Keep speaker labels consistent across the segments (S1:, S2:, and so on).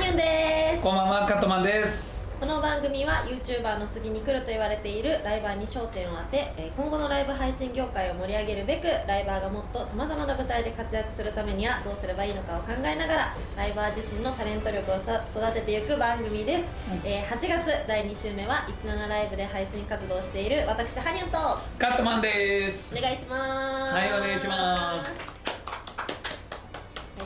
S1: こんばんはカットマンです
S2: この番組は YouTuber の次に来ると言われているライバーに焦点を当てえー今後のライブ配信業界を盛り上げるべくライバーがもっとさまざまな舞台で活躍するためにはどうすればいいのかを考えながらライバー自身のタレント力をさ育てていく番組です、えー8月第2週目は17ライブで配信活動をしている私ハリウッドお
S1: カットマンです
S2: 願いします
S1: はいお願いします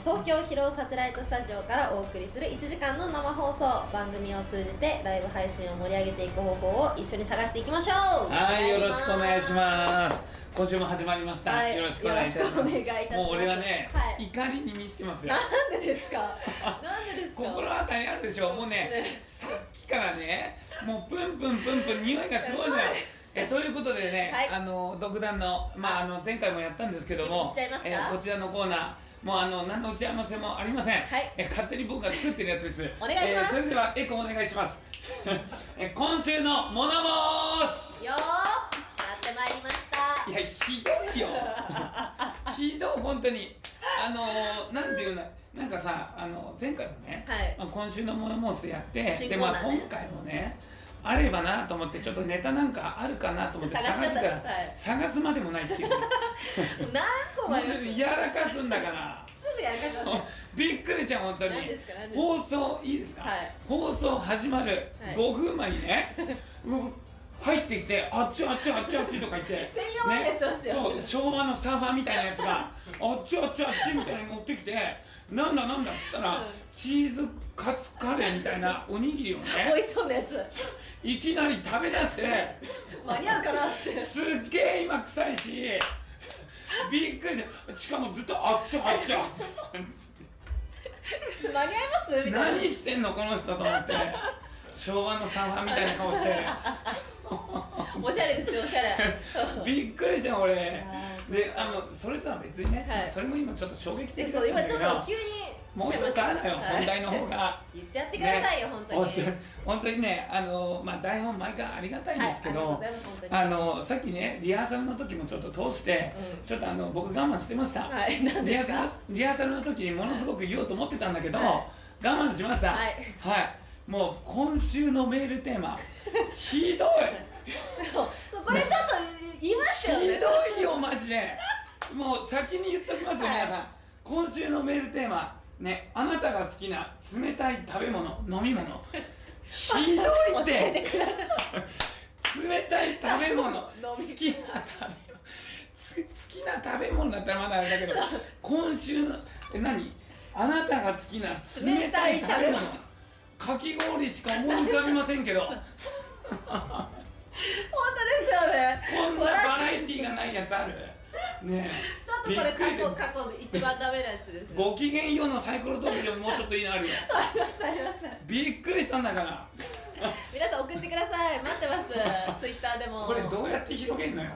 S2: 東京疲労サテライトスタジオからお送りする1時間の生放送番組を通じてライブ配信を盛り上げていく方法を一緒に探していきましょう
S1: はいよろしくお願いし
S2: す
S1: ます今週も始まりました、
S2: はい
S1: よろしくお願いいたします
S2: よろしくお願いいたします
S1: もう俺はね、
S2: はい
S1: 怒りに満ちてますよ
S2: なんでですかなんでですか
S1: 心当たりあるでしょもうね
S2: ね
S1: さっきからねもうプンプンプンプン匂いがすごいのよえということでね、
S2: はい
S1: あの独断の,、まあ、あの前回もやったんですけども
S2: いっちゃいますか
S1: えこちらのコーナーもうあの何の打ち合わせもありません、
S2: はい
S1: え勝手に僕が作ってるやつです
S2: お願いします
S1: それではエコお願いします え今週のモノボス
S2: よーやってまいりました
S1: いやひどい よひどい本当にあのー、なんていうのなんかさあの前回もね、
S2: はい
S1: まあ、今週のモノモースやって、
S2: 新
S1: で
S2: コー
S1: ま
S2: ナ
S1: あ
S2: ーね
S1: 今回もねあればなと思ってちょっとネタなんかあるかなと思って
S2: 探しちゃった
S1: すから、
S2: はい
S1: 探すまでもな いっていう
S2: 何個もあります
S1: もうやらかすんだから
S2: すぐやりましたね
S1: びっくりじゃん本当に
S2: 何ですか何ですか
S1: 放送いいですか、
S2: はい
S1: 放送始まる
S2: はい
S1: 5分前に ね、う入ってきてあっちあっちあっちあっちと か言ってね
S2: 専用マイクしてましたよ
S1: そう昭和のサーファーみたいなやつ があっちあっちあっちみたいに持ってきてなんだなんだっつったら、
S2: うん
S1: チーズカツカレーみたいなおに ぎりを
S2: 美
S1: ね
S2: 味しそうなやつ
S1: いきなり食べ出して
S2: 間に合うかなって
S1: すっげえ今臭いしびっくりしたしかもずっとあっちあっちあっち
S2: 間に合いますみたいな
S1: 何してんのこの人と思って昭和のサーファーみたいな顔 して
S2: おしゃれですよおしゃれ
S1: びっくりした俺
S2: ー
S1: であのそれとは別にね、
S2: はい
S1: それも今ちょっと衝撃的
S2: でそ
S1: だっ
S2: う今
S1: た
S2: ちょ
S1: んだけ
S2: っ
S1: ど
S2: と急に
S1: もう一つあったよ、
S2: はい
S1: 問題の方が。
S2: 言ってやってくださいよ、本当に
S1: ね本当にねあの、まあ、台本毎回ありがたいんですけど、
S2: はいありがとうございます
S1: あのさっきねリハーサルの時もちょっと通して、
S2: うん
S1: ちょっとあの僕我慢してました、
S2: はい何
S1: リ
S2: で
S1: ハー
S2: す
S1: サ
S2: か
S1: ルリハーサルの時にものすごく言おうと思ってたんだけど、
S2: は
S1: 我慢しました
S2: はい
S1: はいもう今週のメールテーマひどい
S2: そうそうこれちょっと言いまし
S1: ひ
S2: たよね
S1: どいよマジでもう先に言っときますよ、
S2: はい
S1: 皆さん今週のメールテーマねあなたが好きな冷たい食べ物飲み物ひどいっ
S2: 教えて
S1: て
S2: ください
S1: 冷たい食べ物好
S2: 飲み
S1: きな食べ物つ好きな食べ物だったらまだあれだけど今週のえ何あなたが好きな冷たい食
S2: 冷
S1: べ
S2: たい食べ
S1: 物
S2: 物
S1: かき氷しか思い浮かびませんけど
S2: 本当ですよね
S1: こんなバ
S2: 笑っ
S1: ラエティーがないやつあるねえ
S2: ちょっとこれ過
S1: び
S2: 去
S1: っくり
S2: 過去の一番ダメなやつですね
S1: ご機嫌ようのサイコロトークよりもうちょっといいのあるよ びっくりしたんだから
S2: 皆さん送ってください待ってますツイッターでも
S1: これどうやって広げんのよ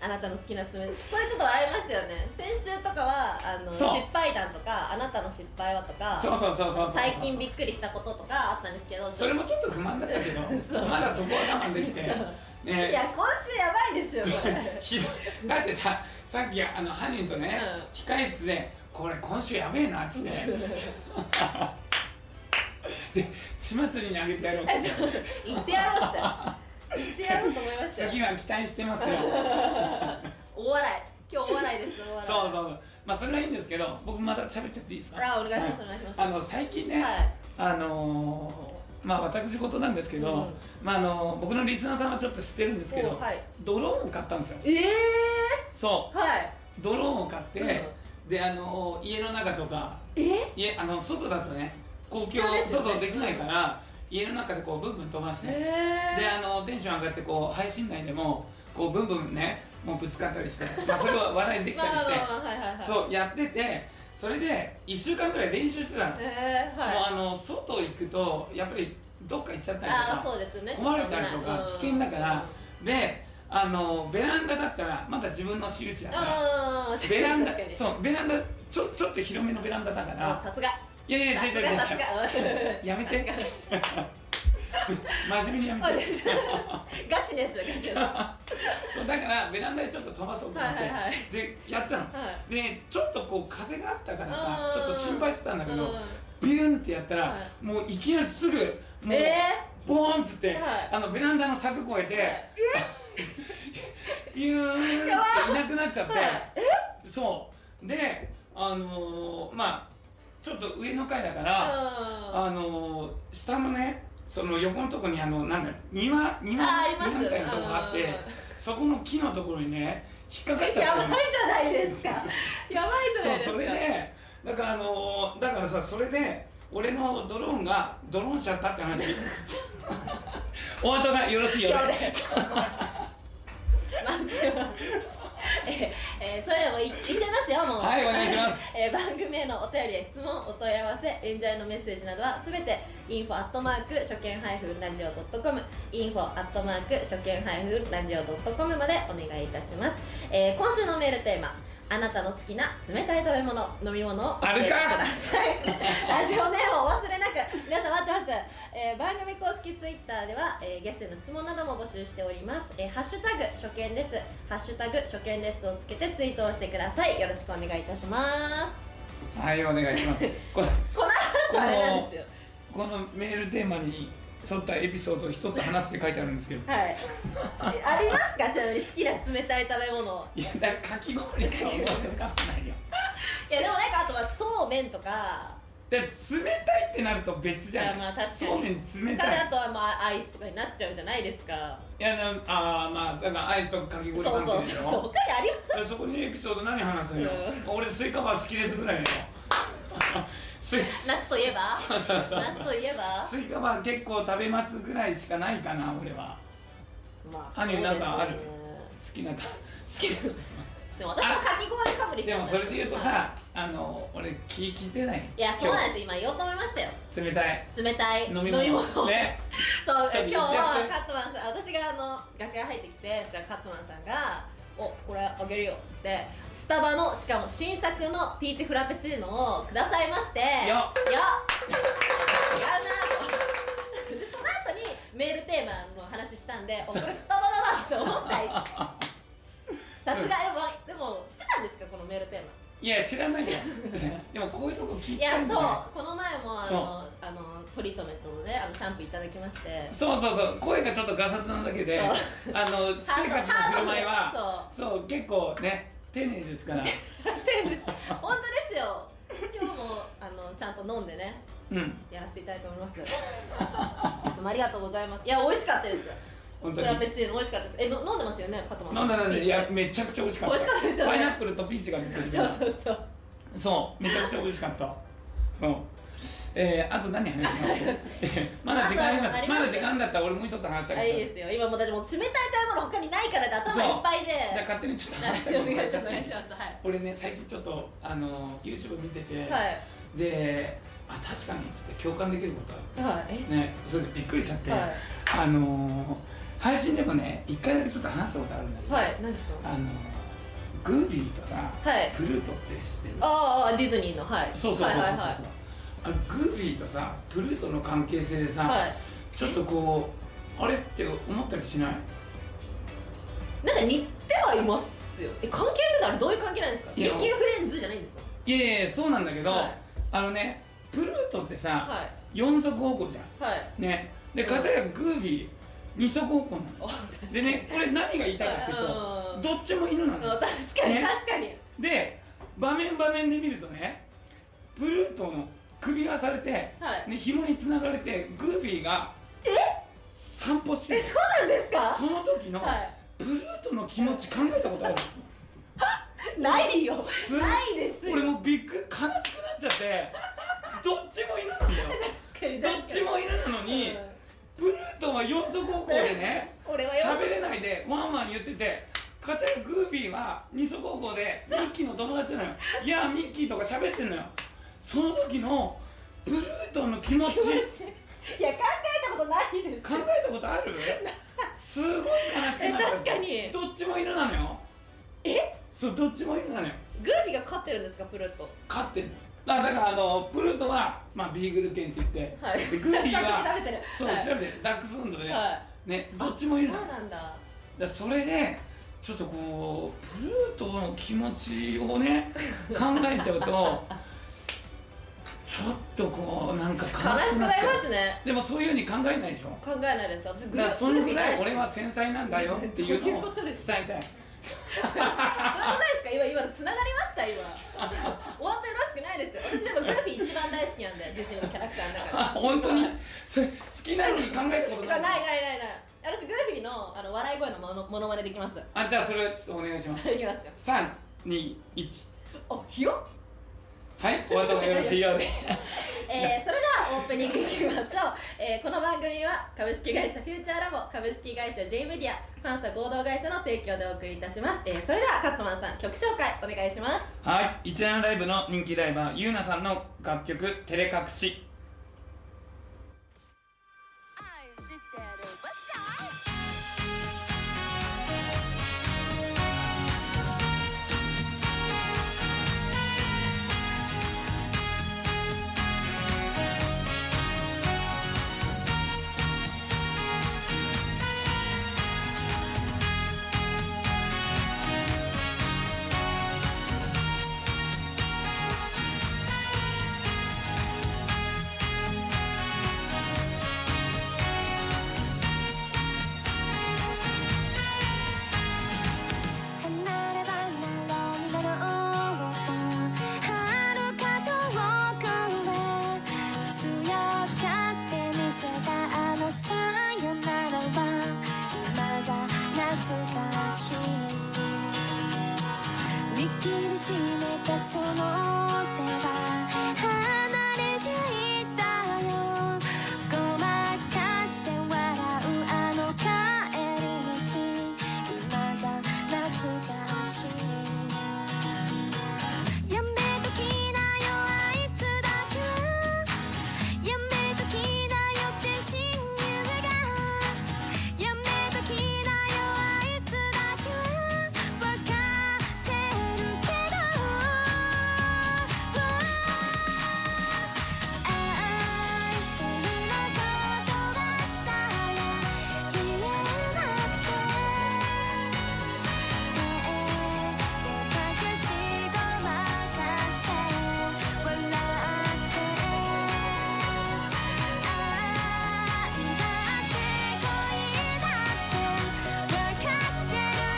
S2: あなたの好きな爪これちょっと笑いましたよね先週とかはあの失
S1: そう
S2: 敗談とかあなたの失敗はとか
S1: そうそうそうそうそう
S2: 最近びっくりしたこととかあったんですけど
S1: それもちょっと不満だったけどまだそこは我慢でき てね
S2: いや
S1: え
S2: 今週やばいですよこ れ
S1: ひどいだってささっきあの犯人とね、控え室で「これ今週やべえな」っ つってで血祭りにあげてやろうっつって
S2: 言ってやろうって言ってやろうと思いましたよ
S1: 次は期待してま すよ
S2: 大笑い今日大笑いです大笑い
S1: そうそうそうまあそれはいいんですけど僕また喋っちゃっていいですか
S2: あお願いしますお願いします
S1: あの最近ね、
S2: はい
S1: あのーまあ私事なんですけど、
S2: うん
S1: まああのー僕のリスナーさんはちょっと知ってるんですけど、
S2: おはい
S1: ドローンを買ったんですよ
S2: ええ
S1: そ
S2: ー、はい。
S1: うドローンを買って、
S2: う
S1: であのー家の中とか
S2: え？
S1: 家あの外だとね公共
S2: 必要ですよね
S1: 外できないから、家の中でこうブンブン飛ばして、
S2: え
S1: であのテンション上がってこう配信内でもこうブンブンねもうぶつかったりして、まあ、それは笑いできた り
S2: まあ
S1: して、
S2: まあまあはいはいはい。う。
S1: そうやっててそれで1週間ぐらい練習してたの
S2: ええー、はい。
S1: もうあの外行くとやっぱりどっか行っちゃったりと
S2: ああ
S1: か
S2: そうですよね。
S1: 壊れたりとか危険だから、であのベランダだったらまだ自分の私有地だから
S2: うん。うん。
S1: ベランダ
S2: 確かに
S1: そうベランダちょちょっと広めのベランダだか
S2: あ
S1: ら
S2: さすが。
S1: いやいや
S2: さ
S1: 違う
S2: す
S1: 違う違う
S2: がさすが。
S1: やめて真面目にやめて
S2: ガチのやつだガチのや
S1: そうだからベランダでちょっと飛ばそう
S2: つ
S1: と
S2: はい
S1: 思って、
S2: はいはい
S1: でやったの
S2: はい
S1: でちょっとこう風があったから
S2: う
S1: さ
S2: ん
S1: ちょっと心配してたんだけ
S2: うん
S1: どビュンってやったら、
S2: は
S1: もういきなりすぐもう、
S2: え
S1: ボーンっつって、
S2: はい
S1: あのベランダの柵越えて、
S2: ー
S1: ビューンっていなくなっちゃって、
S2: はい
S1: そうであのーまあちょっと上の階だから、
S2: あ
S1: あのー下のねその横のとこにあのなんだ庭庭
S2: ああります
S1: 庭みたいなとこがあって
S2: うん
S1: そこの木のところにね引っかかっち
S2: や
S1: ゃっ
S2: ばい
S1: たの
S2: じゃないですかやばいじゃないです
S1: そ
S2: か
S1: うそれでだからあのーだからさそれで俺のドローンがドローンしちゃったって話 お後がよろしいようで
S2: やべえなんていうのええーそれでもいいっちゃいますよもう
S1: はいお願いします
S2: えー番組へのお便りや質問お問い合わせ演者へのメッセージなどはすべて info アットマーク初見ハイフンラジオドットコム info アットマーク初見ハイフンラジオドットコムまでお願いいたします、えー今週のメールテーマあなたの好きな冷たい食べ物飲み物を
S1: ある
S2: 教え
S1: か
S2: てくださいラジオネームをお忘れなく皆さん待ってます、えー番組公式ツイッターでは、えーゲストへの質問なども募集しております、えーハッシュタグ初見ですハッシュタグ初見ですをつけてツイートをしてくださいよろしくお願いいたします
S1: はいお願いしますこれ
S2: この後あれなんですよ
S1: このメールテーマに沿ったエピソードを一つ話すって書いてあるんですけど
S2: はいありますかちなみに好きな冷たい食べ物
S1: いやだからかき氷しか思い浮かばないよ
S2: いやでもなんかあとはそうめんとか
S1: で冷たいってなると別じゃない
S2: いやまあ確かに
S1: そうめん冷
S2: た
S1: たい
S2: だあとはまあアイスとかになっちゃうじゃないですか
S1: いやなあーまあだからアイスとかかき
S2: そう
S1: 氷
S2: そ
S1: パ
S2: う
S1: ンでし
S2: そう
S1: ょ
S2: そう他にあります
S1: でそこにエピソード何話すのよ、俺スイカバー好きですぐらいよスイ
S2: 夏といえば
S1: そうそうそう
S2: 夏といえば
S1: スイカバー結構食べますぐらいしかないかな俺は
S2: まあ
S1: アニメなんかあ
S2: そ
S1: る
S2: うですよね
S1: 好きなた
S2: でも私もかき氷かぶりして
S1: で
S2: た
S1: もそれで言うとさあの俺聞聞いてない
S2: いやそうなんです今言おうと思いましたよ
S1: 冷たい
S2: 冷たい
S1: 飲み物
S2: そう
S1: ね
S2: 今
S1: ちょっと言
S2: 日
S1: って
S2: カットマンさん私があの楽屋入ってきてそしたらカットマンさんが「おこれあげるよ」ってスタバのしかも新作のピーチフラペチーノをくださいましてよ
S1: よ
S2: 違うなとでその後にメールテーマの話したんでおこれスタバだなと思ったり さすがえわでも知ってたんですかこのメールテーマ
S1: いや知らない よでもこういうとこ聞い
S2: い
S1: て
S2: や
S1: る
S2: そ
S1: ん
S2: う
S1: だよ
S2: この前もあ
S1: そう
S2: のあのトリートメントのねあのシャンプーいただきまして
S1: そうそうそう声がちょっとガサツなだけで
S2: そう
S1: あの生活の振る舞いは
S2: ハ
S1: そう結構ね丁寧です から
S2: そう本当ですよ今日もあのちゃんと飲んでね
S1: うん
S2: やらせていただいておりますいつもありがとうございますいや美味しかったです
S1: 本当
S2: フ
S1: に
S2: ラペチーノ美味しかったですえの飲んでますよねカトマン
S1: 飲んだ飲んだいや
S2: そう
S1: めちゃくちゃ美味しかった
S2: 美味しかったですよね
S1: パイナップルとピーチが出てきて
S2: そうそう
S1: そうめちゃくちゃ美味しかったそうえー、あと何話します かまだ時間あります
S2: あとありま
S1: ますだ時間だったら俺もう一つ話した
S2: あ
S1: け
S2: いいで
S1: ど
S2: すよ今もうだってもう冷たい食べ物他にないからで頭いっぱいで
S1: じゃあ勝手にちょっと話したい
S2: はいお
S1: こと
S2: 願いし
S1: 話
S2: ます
S1: しちゃ
S2: お願
S1: っ
S2: いしてますは
S1: 俺ね最近ちょっとあの YouTube 見てて、
S2: いはい
S1: であ確かにっつって共感できることあ
S2: はい
S1: るねそれでびっくりしちゃって、
S2: えはい
S1: あのー配信でもね一回だけちょっと話したことあるんだけど、
S2: はい何でしょ
S1: あのーグービーとさ、
S2: うはい
S1: プルートって知ってる
S2: ああディズニーのはい
S1: そうそうそうそうそう、
S2: はいはいはい
S1: あグービーとさプルートの関係性でさ、
S2: はい
S1: ちょっとこうあれって思ったりしない
S2: なんか似てはいますよえ関係性ってあれどういう関係なんですか
S1: い
S2: 月
S1: や
S2: 給フレンズじゃないんですか
S1: いやいやそうなんだけど、
S2: はい
S1: あのねプルートってさ、
S2: はい
S1: 四足歩行じゃ
S2: はい
S1: んねで片やグービー二足歩行なの
S2: お確かに
S1: でねこれ何が言いたいかっていうと
S2: うん
S1: どっちも犬な
S2: うん
S1: の
S2: 確かに
S1: ね
S2: 確かに
S1: で場面場面で見るとねプルートの首がされて、ね、
S2: はい
S1: 紐に繋がれてグービーが散歩して
S2: え
S1: る
S2: そうなんですか
S1: その時の、
S2: は
S1: プルートの気持ち考えたことある
S2: いないよ
S1: す
S2: ない ですよ
S1: 俺もうびっくり悲しくなっちゃってどっちも犬なんだよ
S2: 確かに
S1: ど
S2: 確かに
S1: っちも犬なのに、プルートは四足歩行でね
S2: うん俺はよ
S1: 喋れないでワンワン言ってて片やグービーは二足歩行でミッキーの友 達なのよいやミッキーとか喋ってんのよその時のプルートの気持ち
S2: 気持ちいや考えたことないです
S1: 考えたことあるすごい悲しくなっちゃ
S2: え
S1: って
S2: 確かに
S1: どっちも犬なのよ
S2: え
S1: そうどっちも犬なのよ
S2: グーフィーが飼ってるんですかプルート
S1: 飼ってんのだからだからあのプルートは、まあ、ビーグル犬って言って、
S2: はい
S1: でグーフ ィー
S2: ちゃん
S1: は
S2: と調べてる
S1: そう、
S2: はい
S1: 調べてるダックスフンドで、
S2: は
S1: ねどっちもい
S2: い
S1: る
S2: そう
S1: のだか
S2: なんだ
S1: らそれでちょっとこうプルートの気持ちをね考えちゃうとちょっとこうなんか
S2: 悲しく
S1: 悲しくな
S2: な
S1: っ
S2: り
S1: ちゃ
S2: ま
S1: う
S2: すね
S1: でもそういうふうに考えないでしょ
S2: 考えないです私グ
S1: だ
S2: ー
S1: か
S2: フィ
S1: らそのぐらい
S2: ー
S1: 俺は繊細なんだよっていうの
S2: どういう
S1: を
S2: こと
S1: 伝
S2: で
S1: え
S2: す
S1: たい
S2: どういうことですか今今の繋がりました今 終わってよろしくないですよ私でもグーフィー一番大好きなんでディズニーのキャラクターの中
S1: あ
S2: で
S1: 本当にそれ好 きなのに考えたこと
S2: な
S1: ないい
S2: ないないない私グーフィーのあの笑い声のものモノマネできます で
S1: あじゃあそれちょっとお願いします
S2: きますよ
S1: 321
S2: あひよ
S1: はい終わった方がよろしいようで
S2: えーそれではオープニングいきましょう、えーこの番組は株式会社フューチャーラボ株式会社 J メディアファンサ合同会社の提供でお送りいたします、えーそれではカットマンさん曲紹介お願いします
S1: はい一覧ライブの人気ライバーゆうなさんの楽曲「照れ隠し」
S3: 愛してる場所離れ離れなのか遥か遠くへ強がって見せたあのさよならは今じゃ懐かしい握りしめたその手は離れていたよごまかして笑うあの帰り道今じゃ懐かしいやめときなよあいつだけはやめときなよって親友がやめときなよあいつだけはわかってるけど愛してるのことはさよいろいろあ言えなくて手で隠しごまかして笑って愛だって恋だってわかってるよだから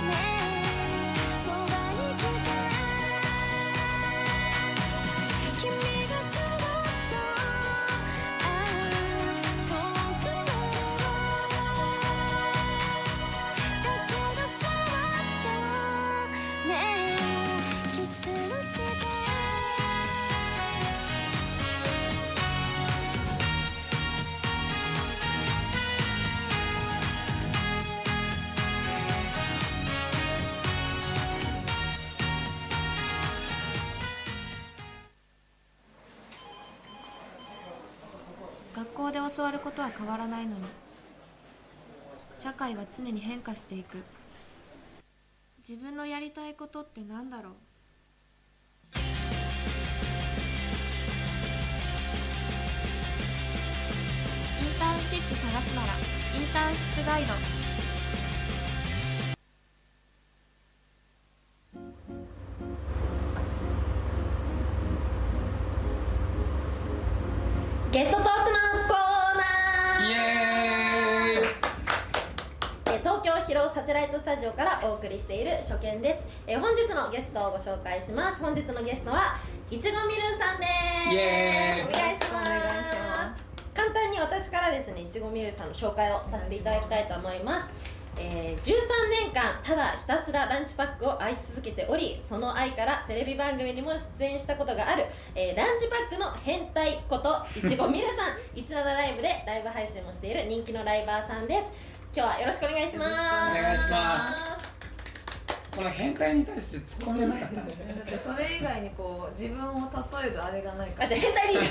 S3: もっとねそばに来て「君がちょっと遠くで」「だけどそっとねキスをして」
S4: 学校で教わることは変わらないのに社会は常に変化していく自分のやりたいことって何だろうインターンシップ探すならインターンシップガイド
S2: ゲストトークのコーナー
S1: イエーイ
S2: えー東京広尾サテライトスタジオからお送りしている初見です、えー本日のゲストをご紹介します本日のゲストはいちごみるさんです
S1: イエーイ
S2: お願いします
S4: お願いしま
S2: 簡単に私からですねいちごみるさんの紹介をさせていただきたいと思いますえー13年間ただひたすらランチパックを愛し続けておりその愛からテレビ番組にも出演したことがある、えーランチパックの変態こといちごみる さん17ライブでライブ配信もしている人気のライバーさんです今日はよろしくお願いします
S1: お願いしまこの変態に対して突っ込めなかった
S5: それ以外にこう自分を例えるあれがない
S2: あ
S5: から
S2: じゃあ 変態にや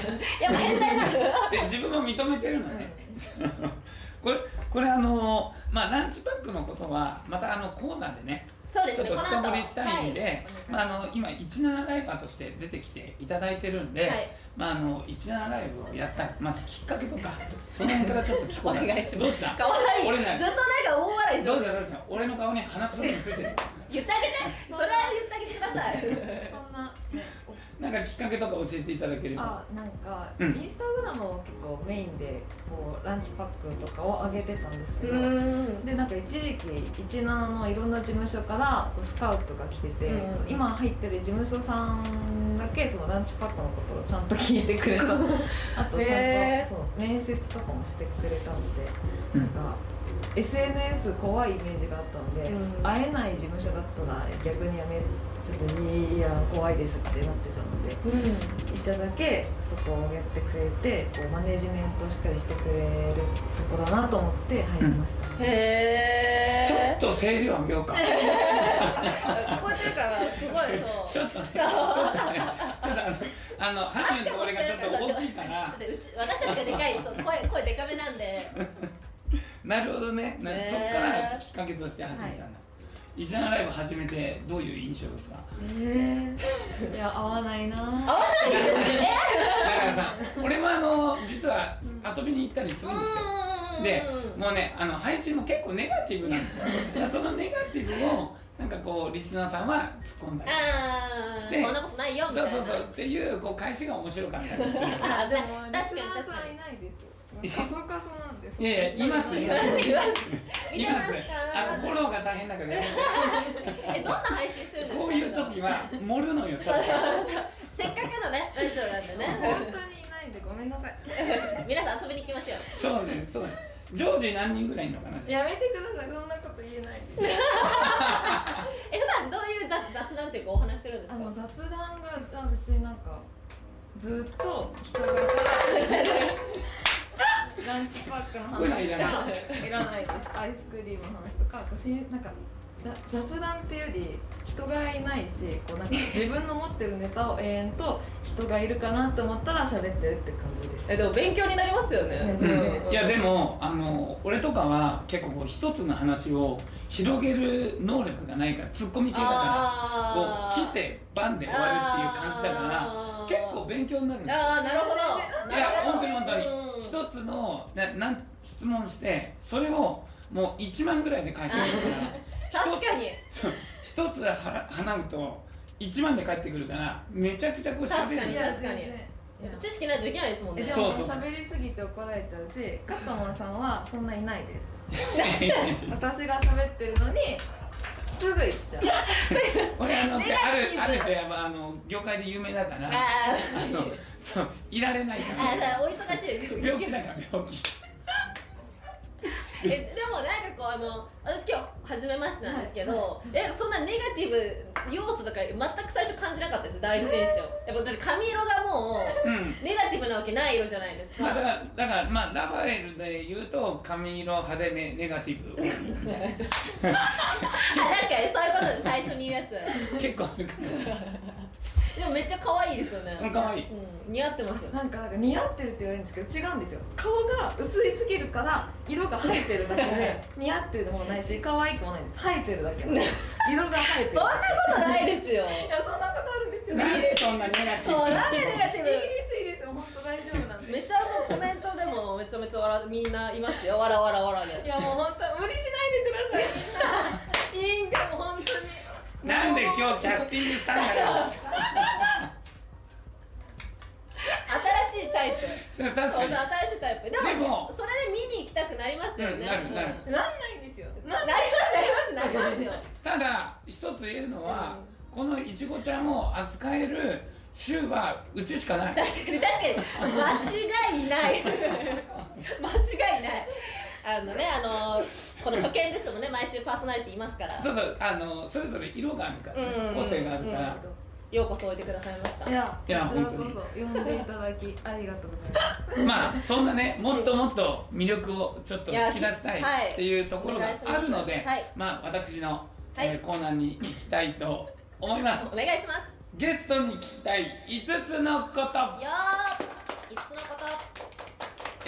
S2: っぱ変態なの
S1: で自分も認めてるのね これこれあのまあランチパックのことはまたあのコーナーでね
S2: そうです
S1: ちょ
S2: ね
S1: っと
S2: この
S1: 深
S2: 後
S1: 掘りしたいんで、
S2: は
S1: まあ、あの今17ライバーとして出てきていただいてるんで、
S2: はい
S1: まあ、あの17ライブをやったまずきっかけ とかその辺からちょっと聞こう
S2: お願いします
S1: どうした
S2: かわいい
S1: 俺
S2: ずっとなん
S1: ね
S2: か大笑いして
S1: どう
S2: る
S1: したどうした俺の顔に鼻くそがついてる
S2: 言ってあげてそれは言ってあげてくだ さい
S5: そんな
S1: なんかきっかけとか教えていただければ
S5: あなんか、
S1: うん
S5: インスタグラムを結構メインでこうランチパックとかを上げてたんですけど、
S2: ん
S5: でなんか一時期17のいろんな事務所からこうスカウトが来てて、
S2: うん
S5: 今入ってる事務所さんだけそのランチパックのことをちゃんと聞い てくれたあとちゃんと、
S2: へー
S5: そう面接とかもしてくれたので、
S1: うん
S5: なんか SNS 怖いイメージがあったので、
S2: うん
S5: 会えない事務所だったら逆にやめちょっといや怖いですってなってたので。
S2: うん
S5: 一社だけそこをやってくれてこうマネジメントをしっかりしてくれるとこだなと思って入りました、
S2: へ
S1: ちょっ
S2: え
S1: と声量上げようか
S2: 聞こえてるからすごいそう
S1: ちょっとねちょっとねちょっとあのあのハニーの俺がちょっと大きいから
S2: うち私たちがでかいそう声声でかめなんで
S1: なるほどね、な
S2: ね
S1: そこからきっかけとして始めたんだ、イジナライブ始めてどういう印象ですか
S5: ええいや合わないな
S2: 合わないよね
S1: だからさ俺もあの実は遊びに行ったりするんですよ、でもうねあの配信も結構ネガティブなんですよだからそのネガティブをなんかこうリスナーさんは突っ込んだり
S2: ああ
S1: して
S2: そんなことないよみた
S1: そ
S2: いうな
S1: そうそうっていうこう返しが面白か ったりする
S2: あでも確か
S5: リス
S2: に
S5: ナー
S2: 確
S5: さ
S2: か
S5: んいないです
S1: 確か
S5: カ
S1: に
S5: ソカソなんです
S1: いやいやいますいます
S2: にいます
S1: いますあのフォローが大変だからやめて
S2: えどんな配信してるんですか
S1: こういう時は盛るのよちょっと
S2: せっかくのねラジオなんでね
S5: 本当にいないんでごめんなさい
S2: 皆さん遊びに来ましょう
S1: そうねそうね常時何人ぐらいいるのかな
S5: やめてくださいそんなこと言えないです
S2: え普段どういう雑雑談っていうかお話してるんです
S5: あ
S2: か
S5: の雑談があ別になんかずっと人がいたらランチパックの話
S1: こういうのいらない
S5: いらないですアイスクリームの話とか私なんかだ雑談っていうより人がいないしこうなんか自分の持ってるネタを永遠と人がいるかなと思ったら喋ってるって感じです
S2: えでも勉強になりますよね
S5: う
S1: うんいやでもあの俺とかは結構こう一つの話を広げる能力がないからツッコミ系だからこ
S2: あ
S1: う
S2: ー
S1: 切ってバンで終わるっていう感じだから
S2: あー
S1: 結構勉強になるんですよ
S2: ああなるほど
S1: いや
S2: なるほ
S1: 本
S2: ど
S1: 当に本当
S2: うん
S1: に一つのななん質問してそれをもう1万ぐらいで返してくるから
S2: 確かに
S1: そう一つは払うと1万で返ってくるからめちゃくちゃこう喋
S2: 確かに
S1: る
S5: いや
S2: 確かに
S5: 全然いや
S2: 知識ないとできないですもん
S5: え
S2: ね
S5: で
S1: そ
S5: も
S1: うそう
S5: 喋りすぎて怒られちゃうしカットマンさんはそんないないです 私が喋ってるのにすぐ行っちゃう
S1: 俺あのあ
S2: ネガティブ
S1: るある人やっぱあの業界で有名だから
S2: あ
S1: あのそういられないか
S2: ーあー
S1: ら
S2: お忙しいです
S1: 病気だから病気
S2: えでもなんかこうあの私今日初めましてなんですけど、えそんなネガティブ要素とか全く最初感じなかったです第一印象、やっぱだって髪色がも
S1: うん
S2: うネガティブなわけない色じゃないですか
S1: まあだからだからまあラファエルで言うと髪色派手めネガテ ィブ
S2: あなんかそういうことで最初に言うやつ
S1: 結構あるかもしれない
S2: でもめっちゃ可愛いですよね
S1: うん可愛い
S2: うん、似合ってます
S5: なんかなんか似合ってるって言われるんですけど違うんですよ顔が薄いすぎるから色が生えてるだけ で似合ってるもないし可愛くもないんです生えてるだ けなんです色が生えて
S2: そ
S5: る
S2: んなことないですよ
S5: いやそんなことあるんですよ
S1: なんでそんなネガティ
S2: そう
S1: ブ
S2: なんでネガティ
S5: イギリスいいですよ本当大丈夫なん
S2: ブ
S5: で
S2: めちゃもうコメントでもめちゃめちゃ笑みんないますよわらわらわら
S5: い
S2: で
S5: やもう本当無理しないでくださいみんないいんだもう本当に
S1: なんで今日キャスティングしたんだよ
S2: 新しいタイプ
S1: それ確
S2: そ
S1: か
S2: う
S1: に
S2: そう新しいタイプでも
S1: でも
S2: それで見に行きたくなりますよね、
S1: うんなるなる
S5: なんないんですよ
S2: な
S5: なん
S2: りますなりますなりますよ
S1: ただ一つ言えるのは、このいちごちゃんを扱える州はうちしかない
S2: 確かに確かに間違い ない間違いないあのねあのこの初見ですもんね毎週パーソナリティいますから
S1: そうそうあのそれぞれ色があるからね、
S2: うん
S1: 個性があるから、
S2: ようこそおいでくださいました
S5: いや
S1: いや
S5: こちら
S1: 本当に
S5: こそ呼んでいただきありがとうございます
S1: まあそんなねもっともっと魅力をちょっと引き出した
S2: いやはい
S1: いっていうところがあるので、
S2: お願いしますはい
S1: まあ私の、
S2: はい
S1: えーコーナーに行きたいと思います
S2: お願いします
S1: ゲストに聞きたい5つのこと
S2: よー5つのこと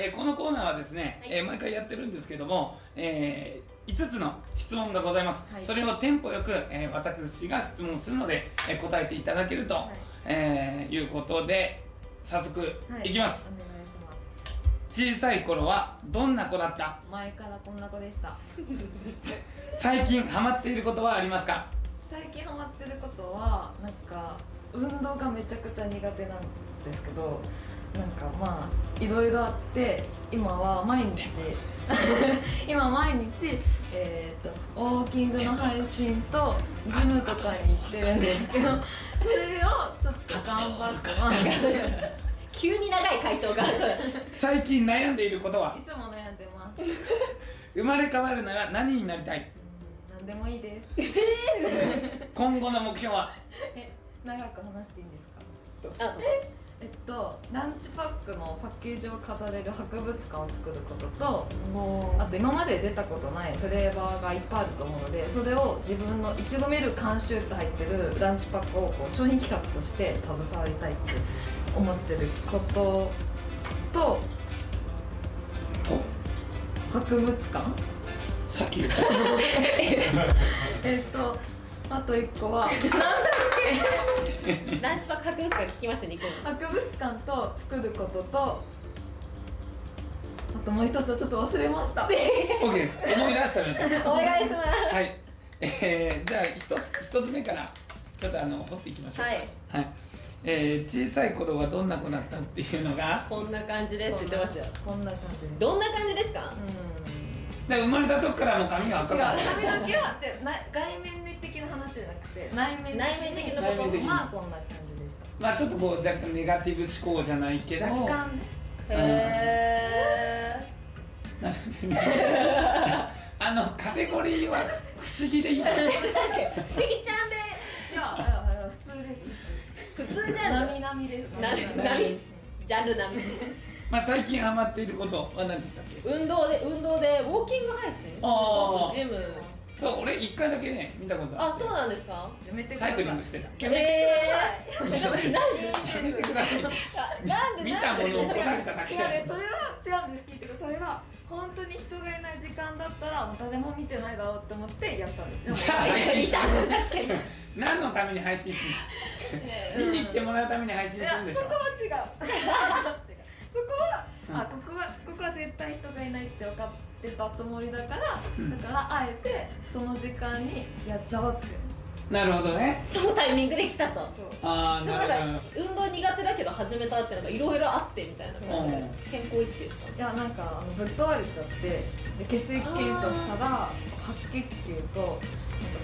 S1: えーこのコーナーはですね、
S2: はい
S1: えー毎回やってるんですけども、え5つの質問がございます、
S5: はい
S1: それをテンポよく、えー私が質問するので、えー答えていただけると、
S5: い
S1: えーいうことで早速
S5: はい
S1: いきます、
S5: お願いします
S1: 小さい頃はどんな子だった
S5: 前からこんな子でした
S1: 最近ハマっていることはありますか
S5: 最近ハマってることはなんか運動がめちゃくちゃ苦手なんですけどなんかまあいろいろあって今は毎日 今毎日、えー、とウォーキングの配信とジムとかに行ってるんですけどそれをちょっと頑張ってます
S2: 急に長い回答が
S1: 最近悩んでいることはい
S5: つも悩んでます
S1: 生まれ変わるなら何になりたい
S5: 何でもいいです
S1: 今後の目標は
S5: 長く話していいんですか
S2: あ
S5: えっと、ランチパックのパッケージを飾れる博物館を作ることとあと今まで出たことないフレーバーがいっぱいあると思うのでそれを自分のいちごミル監修って入ってるランチパックをこう商品企画として携わりたいって思ってることと
S1: と
S5: 博物館
S1: さっき言った
S5: えっとあと1個は
S2: ランチパック博物館聞きましたね行こう
S5: 博物館と作ることとあともう一つはちょっと忘れ ました
S1: OK です思い出したのちょっと
S2: お願いしま
S1: はい、えー、じゃあ一つ一つ目からちょっとあの掘っていきまし
S2: す
S1: ょう
S2: はい
S1: かはい、えー、小さい頃はどんな子だったっていうのが
S2: こんな感じですって言ってましたよ
S5: こんな感じです
S2: どんな感じですか
S5: うん
S1: で生まれた時からもう髪が
S5: 違う髪の毛は
S1: 赤かった
S5: 違うな外面的な話じゃなくて内面
S2: 内面的な
S1: こと
S5: 内面的まあこんな感じで
S1: まあちょっとこう若干ネガティブ思考じゃないけ
S5: す
S1: ど
S5: 若干
S1: うん
S2: へ
S1: あのカテゴリーは不思議でいいです
S2: え不思議ちゃんで
S5: いやいやいや普通です
S2: 普通じゃん
S5: 波々です
S2: な波ジャンル並み
S1: まあ最近ハマっていることは何て言ったっけ
S2: 運動で運動でウォーキング配信
S1: あー
S2: ジム
S1: そう俺一回だけね見たこと
S2: あ
S1: あ
S2: そうなんですか
S5: やめてくだ
S1: サイ
S5: さい
S1: クリングしてたやめ
S2: ええ
S1: て
S2: ー、何
S1: やめてくださ い
S2: なんで
S1: 見たもの を答えただけ
S5: 違うねそれは違うんです聞いてくださいそれは本当に人がいない時間だったら誰も見てないだろうって思ってやったんです
S1: じゃあ
S2: 見
S1: 配
S2: た
S1: 信
S2: 見
S1: す
S2: た
S1: る
S2: 確かに
S1: 何のために配信するの見に来てもらうために配信す
S5: いや
S1: るんでし
S5: そ
S1: ょ
S5: こは 違う違うそこは
S1: うん
S5: あここはここは絶対人がいないって分かってたつもりだから、
S1: うん
S5: だからあえてその時間にやっちゃおうって
S1: なるほどね
S2: そのタイミングで来たと
S5: そう
S1: ああ
S2: でも
S1: な
S2: なん
S1: る
S2: か運動苦手だけど始めたってなんかいろいろあってみたいな感じで健康意識ですか
S5: いやなんかあのぶっ壊れちゃってで血液検査したら白血球となんか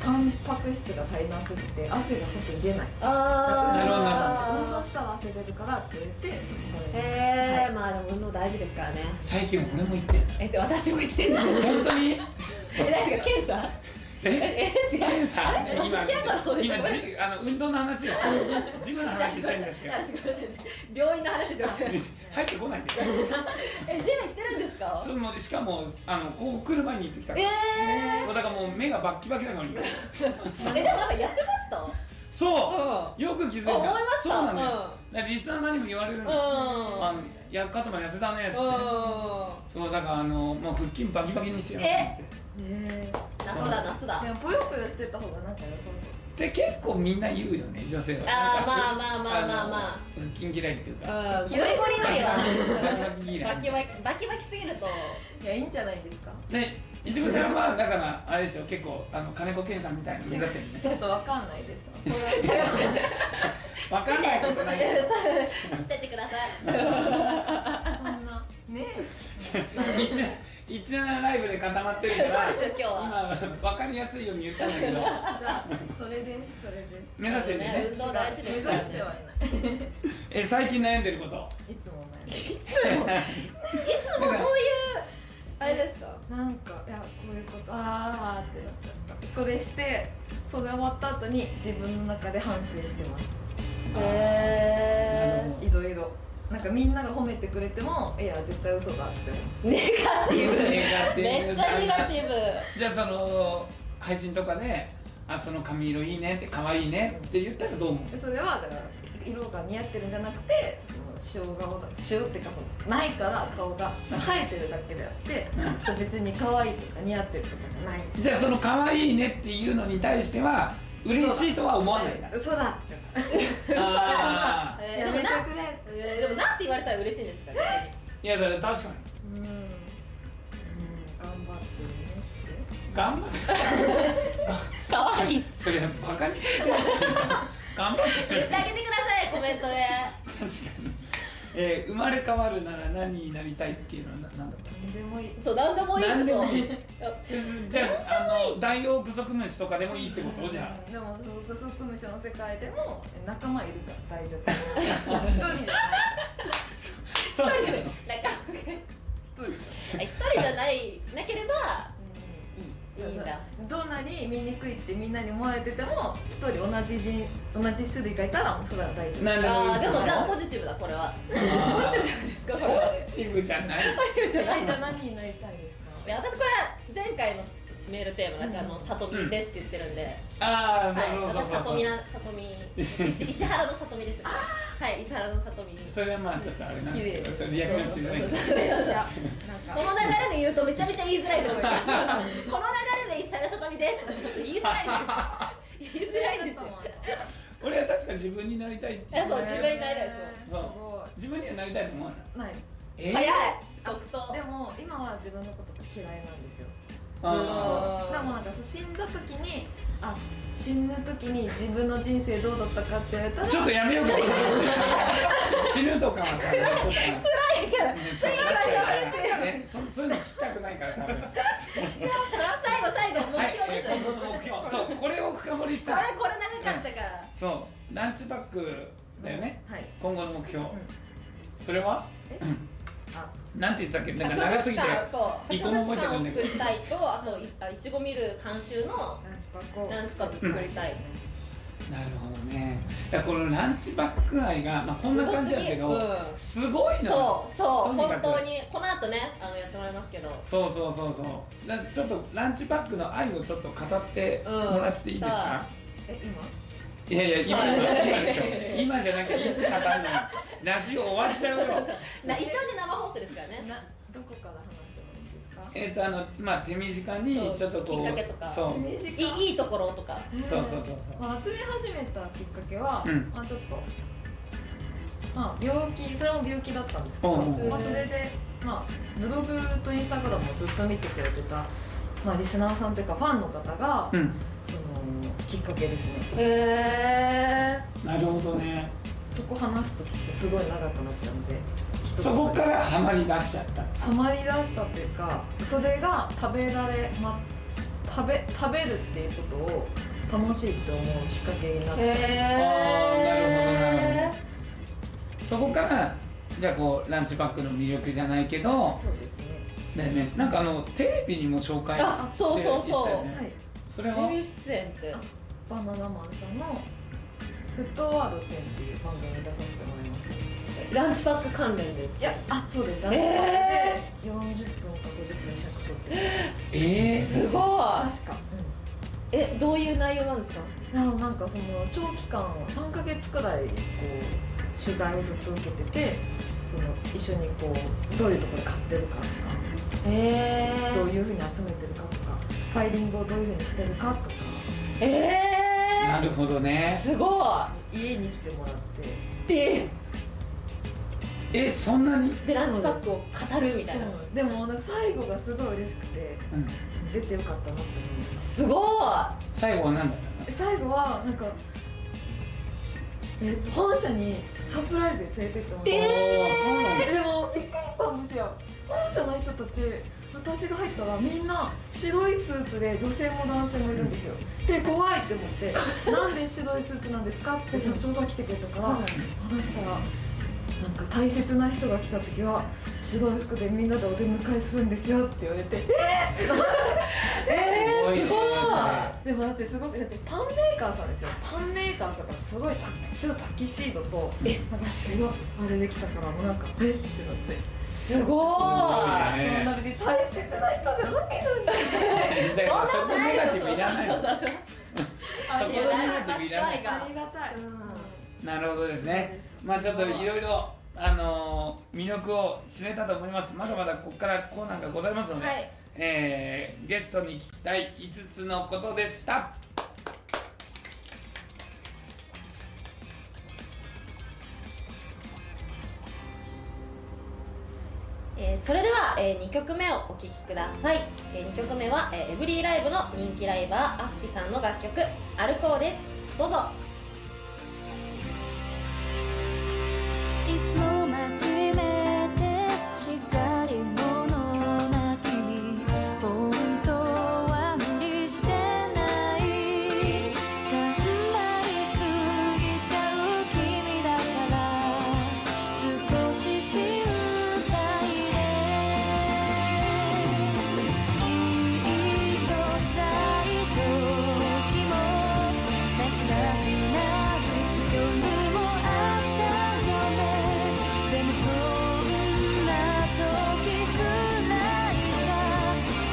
S5: タンパク質が足りなすぎて汗が外に出ない
S2: あ
S1: ーなるほど
S5: 運動したら汗出るからって言ってそこで
S2: へえまあでも運動大事ですからね
S1: ほど最近俺も言ってん
S2: えっと私も言ってんの
S1: の本当に
S2: え何ですか検査
S1: え
S2: え違う
S1: 検査今
S2: 検査の方です
S1: 今じあの運動の話ですけどジムの話したいんですけど
S2: あごめんなさい病院の話してましたえ
S1: 入ってこないで
S2: ジム行ってるんですか
S1: それもしかもあのこう来る前に行ってきた
S2: ええ
S1: そうだからもう目がバッキバキなの
S2: え
S1: に
S2: でもなんか痩せました
S1: そう、よく気づいた
S2: 思いました
S1: そうなのよ、だからリスナーさんにも言われるの、
S2: うん
S1: あのや肩も痩せたねっつって、そうだからあのもう腹筋バキバキにしてよ
S2: え
S5: ね
S2: 夏だ夏だ
S5: でもぽよぽよしてた方がなんか良さそう
S1: で結構みんな言うよね女性は
S2: あーまあ
S1: なんか
S2: まあまあまあまあ
S1: の腹筋嫌いっていうか、
S2: うんゴリゴリよりは
S1: バキバキ嫌い
S2: バキバキバキバキすぎると
S5: いやいいんじゃないですか
S1: でいちごちゃんはだからあれでしょ結構あの金子健さんみたいなの目指して るね
S5: ちょっとわかんないです
S1: わかんないことないよ
S2: 知っててください
S5: そんな ね
S1: 一一覧ライブで固まってるから
S2: そうですよ今日
S1: 今わかりやすいように言ったんだけど
S5: それですそれです
S1: 目指してるね
S2: 運動大事ですから
S5: 目指し
S2: ね
S5: てはいないい
S1: え最近悩んでる こと
S5: つもない
S2: いつもどういうあれですか
S5: なんかいやこういうことああってなっちゃったこれしてそれ終わった後に自分の中で反省してます
S2: へ
S5: いろいろなんかみんなが褒めてくれてもいや絶対嘘だって思
S2: えネガティブ
S1: ネガティブ
S2: めっちゃネガティブ
S1: じゃあその配信とかであその髪色いいねって可愛いねって言ったらどう思う
S5: うでそれはだから色が似合ってるんじゃなくてその塩顔だ塩っていうかそのないから顔が生えてるだけ であってそう別に可愛いとか似合ってるとかじゃない
S1: じゃあその可愛いねっていうのに対しては嬉しいとは思わないんだ
S5: 嘘だ
S1: あ
S2: えーで
S5: や
S2: も
S5: めて
S2: な
S5: くれ
S2: えーでもなって言われたら嬉しいんですかね
S1: ーいやだから確かに
S5: うんうん頑張ってるねって
S1: 頑張って
S2: 可愛い
S1: それバカにされてる頑張って
S2: 言
S1: る
S2: ってあげてくださいコメントで
S1: 確かに、えー生まれ変わるなら何になりたいっていうのはななんだった
S5: とんでもいい
S2: そう何でもいい
S1: 何で
S2: 嘘
S1: もいい
S2: あ
S1: じゃああのダイオウグソクムシとかでもいいってことじゃあ
S5: うんでもその特務所の世界でも仲間いるから大丈 夫一人じゃない
S1: そうな
S2: 一
S1: の
S2: 人でなんか一人じゃないなければいいいいんだ
S5: どんなに醜いってみんなに思われてても一人同じ人同じ種類がいたらもうそれは大丈夫
S1: なるほど
S2: あーでもじゃあ
S1: ポ
S2: ポジティブだこれは
S1: ジ
S2: ですかこれは
S1: ティブじゃない
S2: ポジティブじゃない
S5: じゃあ何になりたいですか
S2: いや私これ前回のメールテーマが「あのさとみです」って言ってるんで、
S1: ああ
S2: はい
S1: そう
S2: 私
S1: そう
S2: さ
S1: そ
S2: と
S1: う
S2: み
S1: そう
S2: なさとみ石石原のさとみですはい石原のさとみ
S1: それはまあちょっとあれなんだ
S2: 綺
S1: け
S2: 麗
S1: ど
S2: です
S1: それリアクションしづらいけど
S2: その流れで言うとめちゃめちゃ言いづらいと思いますこの流れで石原さとみですとかちょっと言いづらいです言いづらいんですよ
S1: 俺は確か自分になりたいって
S2: いやそう自分になりたいです
S1: よ自分にはなりたいと思わない
S5: ない
S1: え
S2: 早い即答
S5: でも今は自分のことが嫌いなんですよ
S1: あ
S2: あー
S5: でもなんかそう死んだ時にあ死ぬ時に自分の人生どうだったかって言われた
S1: ー
S5: ら
S1: ちょっとやめようかな死ぬとかはさちょっと暗いからそういうのねそそういうの聞きたくないから多分
S2: 最後最後目
S1: はい、
S2: 標ですよ、
S1: えーこの目標そうこれを深掘りした
S2: あれこれ長かったから
S1: そうランチパックだよね
S5: はい
S1: 今後の目標、それは
S5: あ
S1: なんて言ってたっけなんか長すぎて
S2: そう
S1: 一個も覚えてない
S2: 博
S1: ん
S2: 物
S1: だ
S2: 館
S1: け
S2: を
S1: ど
S2: 作りたいとあといあいちご見る監修の
S5: ランチパックを
S2: ランスカップ作りたい、
S1: なるほどねだからこのランチパック愛が、まあ、こんな感じだけどすごいの
S2: そ
S1: よ
S2: うそう
S1: とにか
S2: 本
S1: く
S2: 当にこの後ねあのやってもらいますけど
S1: そうそうそうそうだちょっとランチパックの愛をちょっと語ってもらっていいですか、
S5: え今
S1: いやいや今
S2: はい
S1: 今でしょ今じゃなくていつ語るのラジオ終わっちゃうよ
S2: な一応ね生放送ですからね
S5: などこから話せばいいですか
S1: えっとあのまあ手短にちょっとこう
S2: きっかけとか
S1: そう
S2: いいいいところとか
S1: そうそうそうそう
S5: まあ、集め始めたきっかけは、
S1: うん
S5: まあ、ちょっと、まあ、病気それも病気だったんですけど、
S1: おうおう
S5: まあ、それで、まあ、ブログとインスタグラムをずっと見てくれてた、まあ、リスナーさんというかファンの方が、
S1: うん
S5: そのきっかけですね
S2: へえ
S1: なるほどね
S5: そこ話す時ってすごい長くなっちゃうんで一
S1: そこからハマり出しちゃった
S5: ハマりだしたというかそれが食べられ、ま、食べ食べるっていうことを楽しいって思うきっかけになって、
S1: あーなるほどなるそこからじゃあこうランチパックの魅力じゃないけど
S5: そうですね
S1: だよねなんかあのテレビにも紹介
S2: あそうそうそう
S1: って言ってたよ
S5: は
S1: ね
S5: い
S1: それは
S2: デビュー出演って
S5: あバナナマンさんのフットワード10っていう番組に出させてもらいました
S2: ランチパック関連で
S5: いやあそうですランチパックで40分か50分尺取ってる
S1: えー、
S2: すごい
S5: 確か、
S2: えどういう内容なんですか
S5: うん、でもなんかその長期間3ヶ月くらいこう取材をずっと受けててその一緒にこうどういうところで買ってるかとか
S2: へ
S5: どういうふうに集めてるかとかファイリングをどういうふうにしてるかとか
S2: ええ
S1: なるほどね
S2: すご
S5: 家に来てもらって
S2: いで
S1: えそんなに、
S2: でランチパックを語るみたいな
S5: そうでもなんか最後がすごい嬉しくて
S1: うん、
S5: 出てよかったなって思いました
S2: すご
S1: 最後は何だったの
S5: 最後はなんか、えー本社にサプライズで連れてってもらって、
S1: えー、そうなんだ
S5: でもびっくりしたんですよ本社の人たち私が入ったらみんな白いスーツで女性も男性もいるんですよで怖いって思 ってなんで白いスーツなんですかって社長が来てくれたから話したらなんか大切な人が来た時は白い服でみんなでお出迎えするんですよって言われ て
S1: すごいね
S5: でもだってすごくだってパンメーカーさんですよパンメーカーさんがすごいた白タキシードとえなんか白あれできたからもうなんかえってなって
S2: すご
S1: すごい
S5: そ
S1: ね
S5: んな別に大切な人じゃないのに
S1: それだからそこネガティブいらないの
S2: そう
S1: そこ
S2: そうそう
S1: ネガティブいらない
S2: が
S5: ありがたい、
S1: なるほどですねまあちょっといろいろあのー魅力を知れたと思いますまだまだここからコーナーがございますので、
S2: はい
S1: えーゲストに聞きたい5つのことでした
S2: えーそれでは、え2曲目をお聴きください、え2曲目は、えーエブリーライブの人気ライバーアスピさんの楽曲「アルコー」ですどうぞ
S3: いつも真面目でしっかり者な君本当は無理してない頑張りすぎちゃう君だから少し心配で「いいと辛い時も泣きながら夜もあったよね」「でもそんな時くらいさ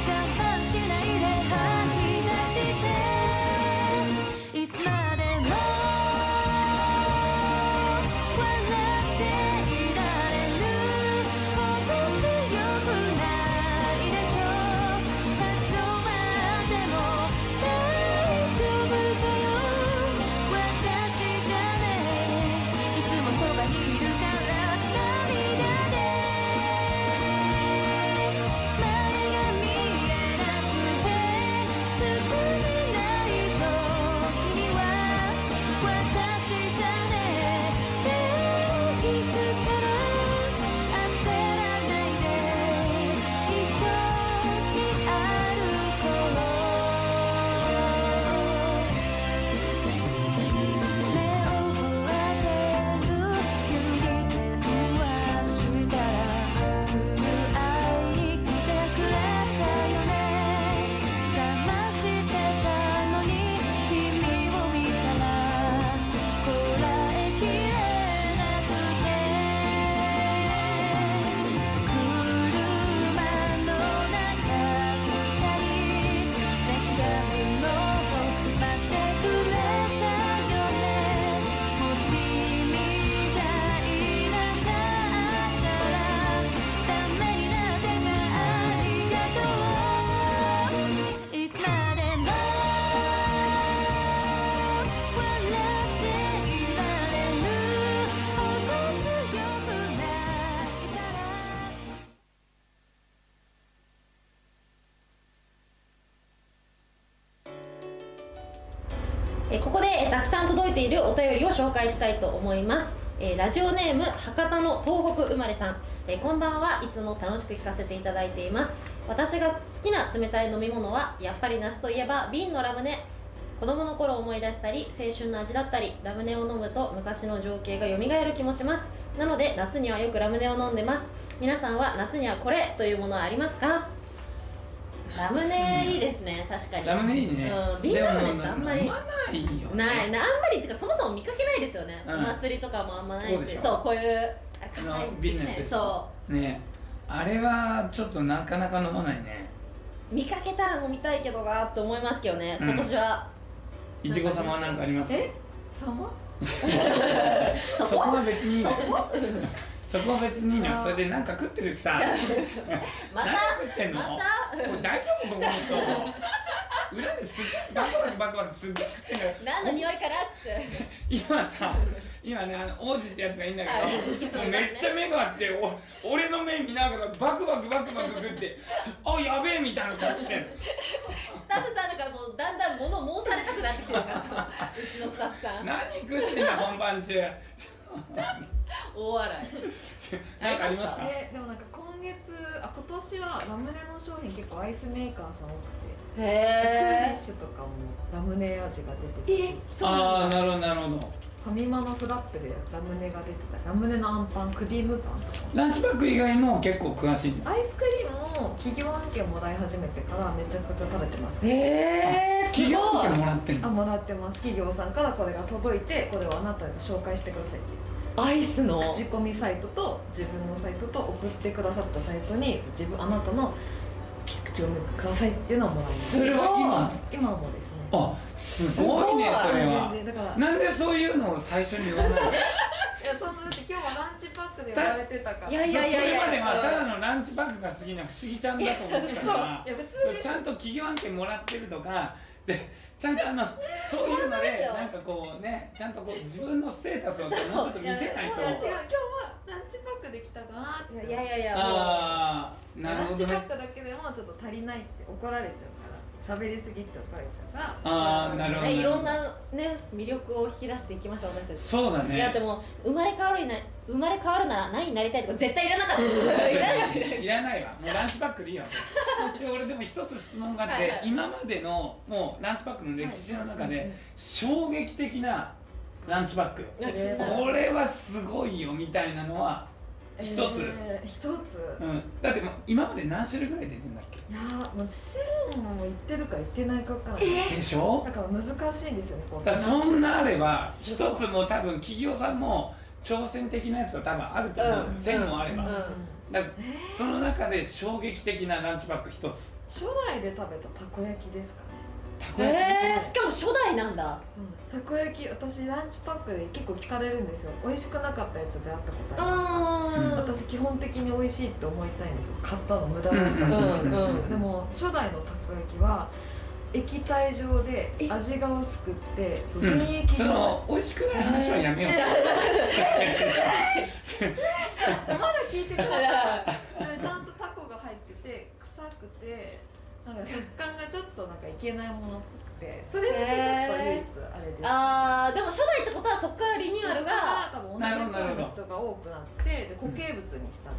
S3: 我慢しないで吐き出して」「いつまでも笑っていられるほど強くなりたい」でしょ立ち止まっても大丈夫だよ私がねいつもそばにいるから涙で前が見えなくて進めない時には私じゃね手を引くから焦らないで一緒に歩こう目を開ける「急に電話したらすぐ会いに来てくれたよね」「騙してたのに君を見たらこらえきれなくて」「車の中二人」「泣きながら君を待ってくれたよね」「もし君がいなかったらダメになってたありがとう」「いつまでも」笑っていられるほど強くなりたいでしょ立ち止まっても大丈夫だよ私がね
S2: えーここで、えーたくさん届いているお便りを紹介したいと思います、えーラジオネーム博多の東北生まれさん、えーこんばんはいつも楽しく聞かせていただいています私が好きな冷たい飲み物はやっぱり夏といえば瓶のラムネ子供の頃を思い出したり青春の味だったりラムネを飲むと昔の情景が蘇る気もしますなので夏にはよくラムネを飲んでます皆さんは夏にはこれというものはあります かラムネいいですね確かに
S1: ラムネいいね
S2: うん、瓶ラムネってあんまり
S1: でも飲まないよね
S2: ないなあんまりってかそもそも見かけないですよね、
S1: うん
S2: お祭りとかもあんまないし
S1: そうでしょ
S2: そうこういうあ
S1: あ
S2: 硬い
S1: の瓶のやつでし
S2: そ
S1: ょねあれはちょっとなかなか飲まないね
S2: う見かけたら飲みたいけどなって思いますけどね
S1: うん
S2: 今年は、
S1: いちご様は何かありますか
S5: え様
S2: そ
S1: そ
S2: こ
S1: こは別にいいのよ
S2: うん
S1: そこは別にいいのよ
S5: あー
S1: それでなんか食ってるしさ
S2: ま
S1: 何
S2: た
S1: 食ってんの
S2: また
S1: これ大丈夫ここの人裏ですげえバクバクバクバクすげえ食ってんのよ
S2: 何の匂いかなっつって
S1: 今さ今ねあの王子ってやつがいいんだ
S2: はい
S1: けどもうめっちゃ目があってお俺の目見ながらバクバクバクバク食ってあやべえみたいな顔してんの
S2: スタッフさんだからもうだんだん物申されたくなってきてるからさうちのスタッフさん
S1: 何食ってんだ本番中
S2: 大笑い
S1: なんかありますか
S5: えでもなんか今月あ今年はラムネの商品結構アイスメーカーさん多く
S2: へ
S5: てクー
S2: え
S5: ディッシュとかもラムネ味が出てて
S2: そう
S1: あ
S2: なんだ
S1: あなるほどなるほど
S5: ファミマのフラッペでラムネが出てたラムネのアンパンクリームパンとか
S1: ランチパック以外も結構詳しいんだ
S5: アイスクリームも企業案件もらい始めてからめちゃくちゃ食べてます
S2: へえすご
S1: 企
S2: い
S1: 業案件もらってん
S5: あ
S1: の
S5: もらってます企業さんからこれが届いてこれをあなたに紹介してくださいって
S2: アイスの
S5: 口コミサイトと自分のサイトと送ってくださったサイトに自分あなたの口コミくださいっていうのをもらいま
S2: す
S5: す
S2: ごい
S1: 今
S5: 今もですね
S1: あすごいね
S2: すごい
S1: それは
S5: 全然だから
S1: なんでそういうのを最初に言わないの
S5: いややそんなだって今日はランチパックで売られてたから
S2: いやいやいやいや
S1: それまでまあただのランチパックが過ぎな不思議ちゃんだと思ってたから
S5: いや普通に
S1: ちゃんと企業案件もらってるとかでちゃんとあのそういうの
S2: です
S1: で
S2: よ
S1: なんかこうねちゃんとこう自分のステータスをもうちょっと見せない
S5: 今
S1: と
S5: 日は違う今日はランチパックできたかなって
S2: いやいやいやも
S1: ああなる
S5: ラ
S1: ほ
S5: ンチ
S1: ど
S5: パッ
S1: ね
S5: クだけでもちょっと足りないって怒られちゃうから喋りすぎって怒られちゃうから
S1: あーなるほ
S2: う
S1: ど
S2: ねいろんなね魅力を引き出していきましょう私たち
S1: そうだ
S2: いやで
S1: ね
S2: も生まれ変わるにな生まれ変わるなら何になりたいとか絶対いらなかったいらなかったいらなかっ
S1: いらないわもうランチパックでいいよ一応俺でも一つ質問があっ
S2: はいは
S1: て
S2: い
S1: 今までのもうランチパックの歴史の中で衝撃的なランチパック
S2: た
S5: えー
S1: これはすごいよみたいなのは一つ
S5: えー一つ
S1: うん、だってもう今まで何種類ぐらい出てんだっけ、
S5: いやーもう1000もいってるかいってないかわからない
S1: でしょ
S5: だから難しいんですよねこう
S1: だからそんなあれば一
S5: す
S1: つ
S5: ごい
S1: も多分企業さんも挑戦的なやつは多分あると思う、
S2: うん
S1: 1000もあれば、
S2: うん
S1: だから
S5: えー
S1: その中で衝撃的なランチパック一つ
S5: 初代で食べたたこ焼きですかね、
S1: たこ焼き、
S2: えー、しかも初代なんだ
S5: たこ焼き私ランチパックで結構聞かれるんですよ美味しくなかったやつであったことある
S2: あ
S5: 私基本的に美味しいって思いたいんですよ買ったの無駄
S1: う
S5: だ
S1: ん
S5: から、
S1: うんうんうん
S2: うん
S5: でも初代のたこ焼きは液体状で
S2: え
S5: 味が薄くって
S1: う
S5: 原
S1: ん、
S5: 液
S1: そ
S5: 状だ
S1: の美味しくない話はやめよう、
S5: 聞いてく
S2: ー
S5: ださい
S2: あ
S5: ちゃんとタコが入ってて臭くてなんか食感がちょっとなんかいけないものっぽくてそれだけちょっと唯一あれです、
S2: あーでも初代ってことはそこからリニューアルが
S5: 多分同じ声の人が多くなってで固形物にしたり、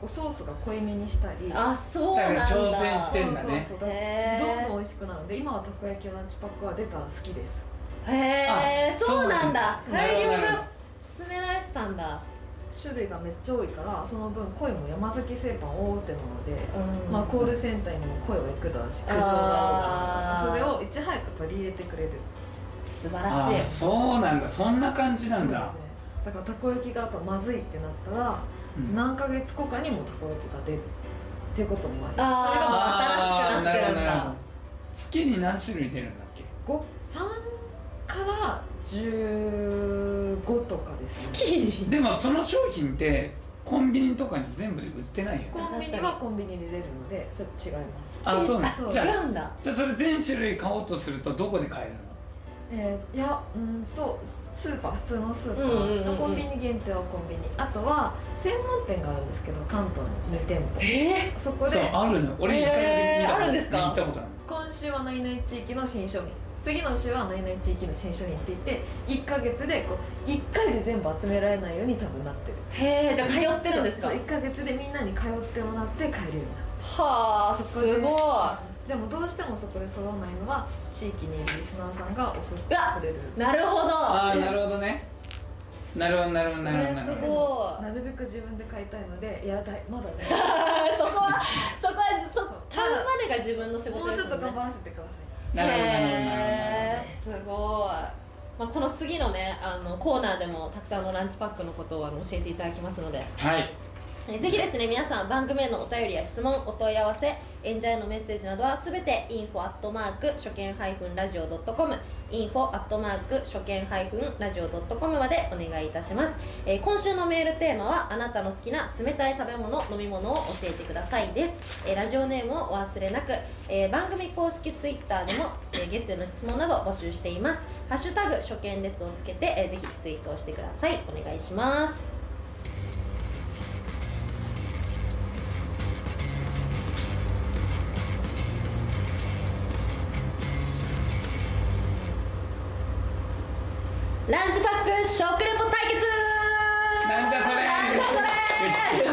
S5: こうソースが濃いめにしたり
S2: あそうなんだ
S1: だから挑戦してんだね
S5: そうそうそう
S2: へ
S5: どん
S2: ー
S5: どん美味しくなるので今はたこ焼きランチパックは出たら好きです
S2: へー
S1: あ
S2: そうなんだ
S1: そうなんだ
S2: 改良
S1: なるほ
S2: が進められてたんだ
S5: 種類がめっちゃ多いからその分恋も山崎製パン大手なので、
S2: うん
S5: まあ、コールセンターにも恋は行くだろうし苦情があるだろうからそれをいち早く取り入れてくれる
S2: 素晴
S1: あ
S2: ら
S1: ー
S2: しい
S1: そうなんだそんな感じなんだ
S5: そうですねだからたこ焼きがあとまずいってなったら、
S1: うん
S5: 何ヶ月後かにもたこ焼きが出るってこともあり
S2: あー新しく
S5: それがまあ
S2: なってるんだ
S1: あーなるほどなるほど月に何種類出るんだっけ
S5: ご3から15とかです、ね、
S2: キー
S1: でもその商品ってコンビニとかに全部で売ってないよね
S5: コンビニはコンビニで出るのでそれ違います
S1: あそうなん
S5: そう
S1: じゃあ
S2: 違うんだ
S1: じゃあそれ全種類買おうとするとどこで買えるの
S5: えーいやうーんとスーパー普通のスーパー、
S2: うんうんうんうん
S5: コンビニ限定はコンビニあとは専門店があるんですけど関東に2店舗
S2: えー
S5: そこ
S1: そう
S5: で
S1: あるの俺一回だけ
S2: へー
S1: 見たこと
S2: あるんですか
S1: 行ったことある
S5: 今週は何々地域の新商品次の週は何々地域の新商品って言って1ヶ月でこう1回で全部集められないように多分なってる
S2: へえじゃあ通ってるんですか
S5: 1ヶ月でみんなに通ってもらって帰るようになる
S2: はあす
S5: そ
S2: ご
S5: こで
S2: い
S5: でもどうしてもそこで揃わないのは地域にいるリスナーさんが送ってくれる
S2: なるほど
S1: ああなるほどねなるほどなるほどなるほどな
S2: それ
S1: る
S2: す
S1: ほど
S2: ごい
S5: なるべく自分で買いたいのでいやだいまだね
S2: そこはそこはそこ買うまでが自分の仕
S5: も
S2: 事
S5: う
S2: で
S5: ち
S2: す
S5: ょ
S2: も
S5: っと
S2: んね
S5: 頑張らせてください。
S1: なるほどなるほどなる
S2: へえすごいまあこの次のねあのコーナーでもたくさんのランチパックのことをあの教えていただきますので
S1: ほどはい
S2: えぜひですね皆さん番組へのお便りや質問お問い合わせ演者へのメッセージなどはすべて info アットマーク初見 -radio.com info アットマーク初見 -radio.com までお願いいたします、えー今週のメールテーマはあなたの好きな冷たい食べ物飲み物を教えてくださいです、えーラジオネームをお忘れなく、えー番組公式ツイッターでも、えーゲストへの質問など募集していますハッシュタグ初見ですをつけて、えーぜひツイートをしてくださいお願いしますランチパック食レポ対決
S1: なんだそれ
S2: なんだ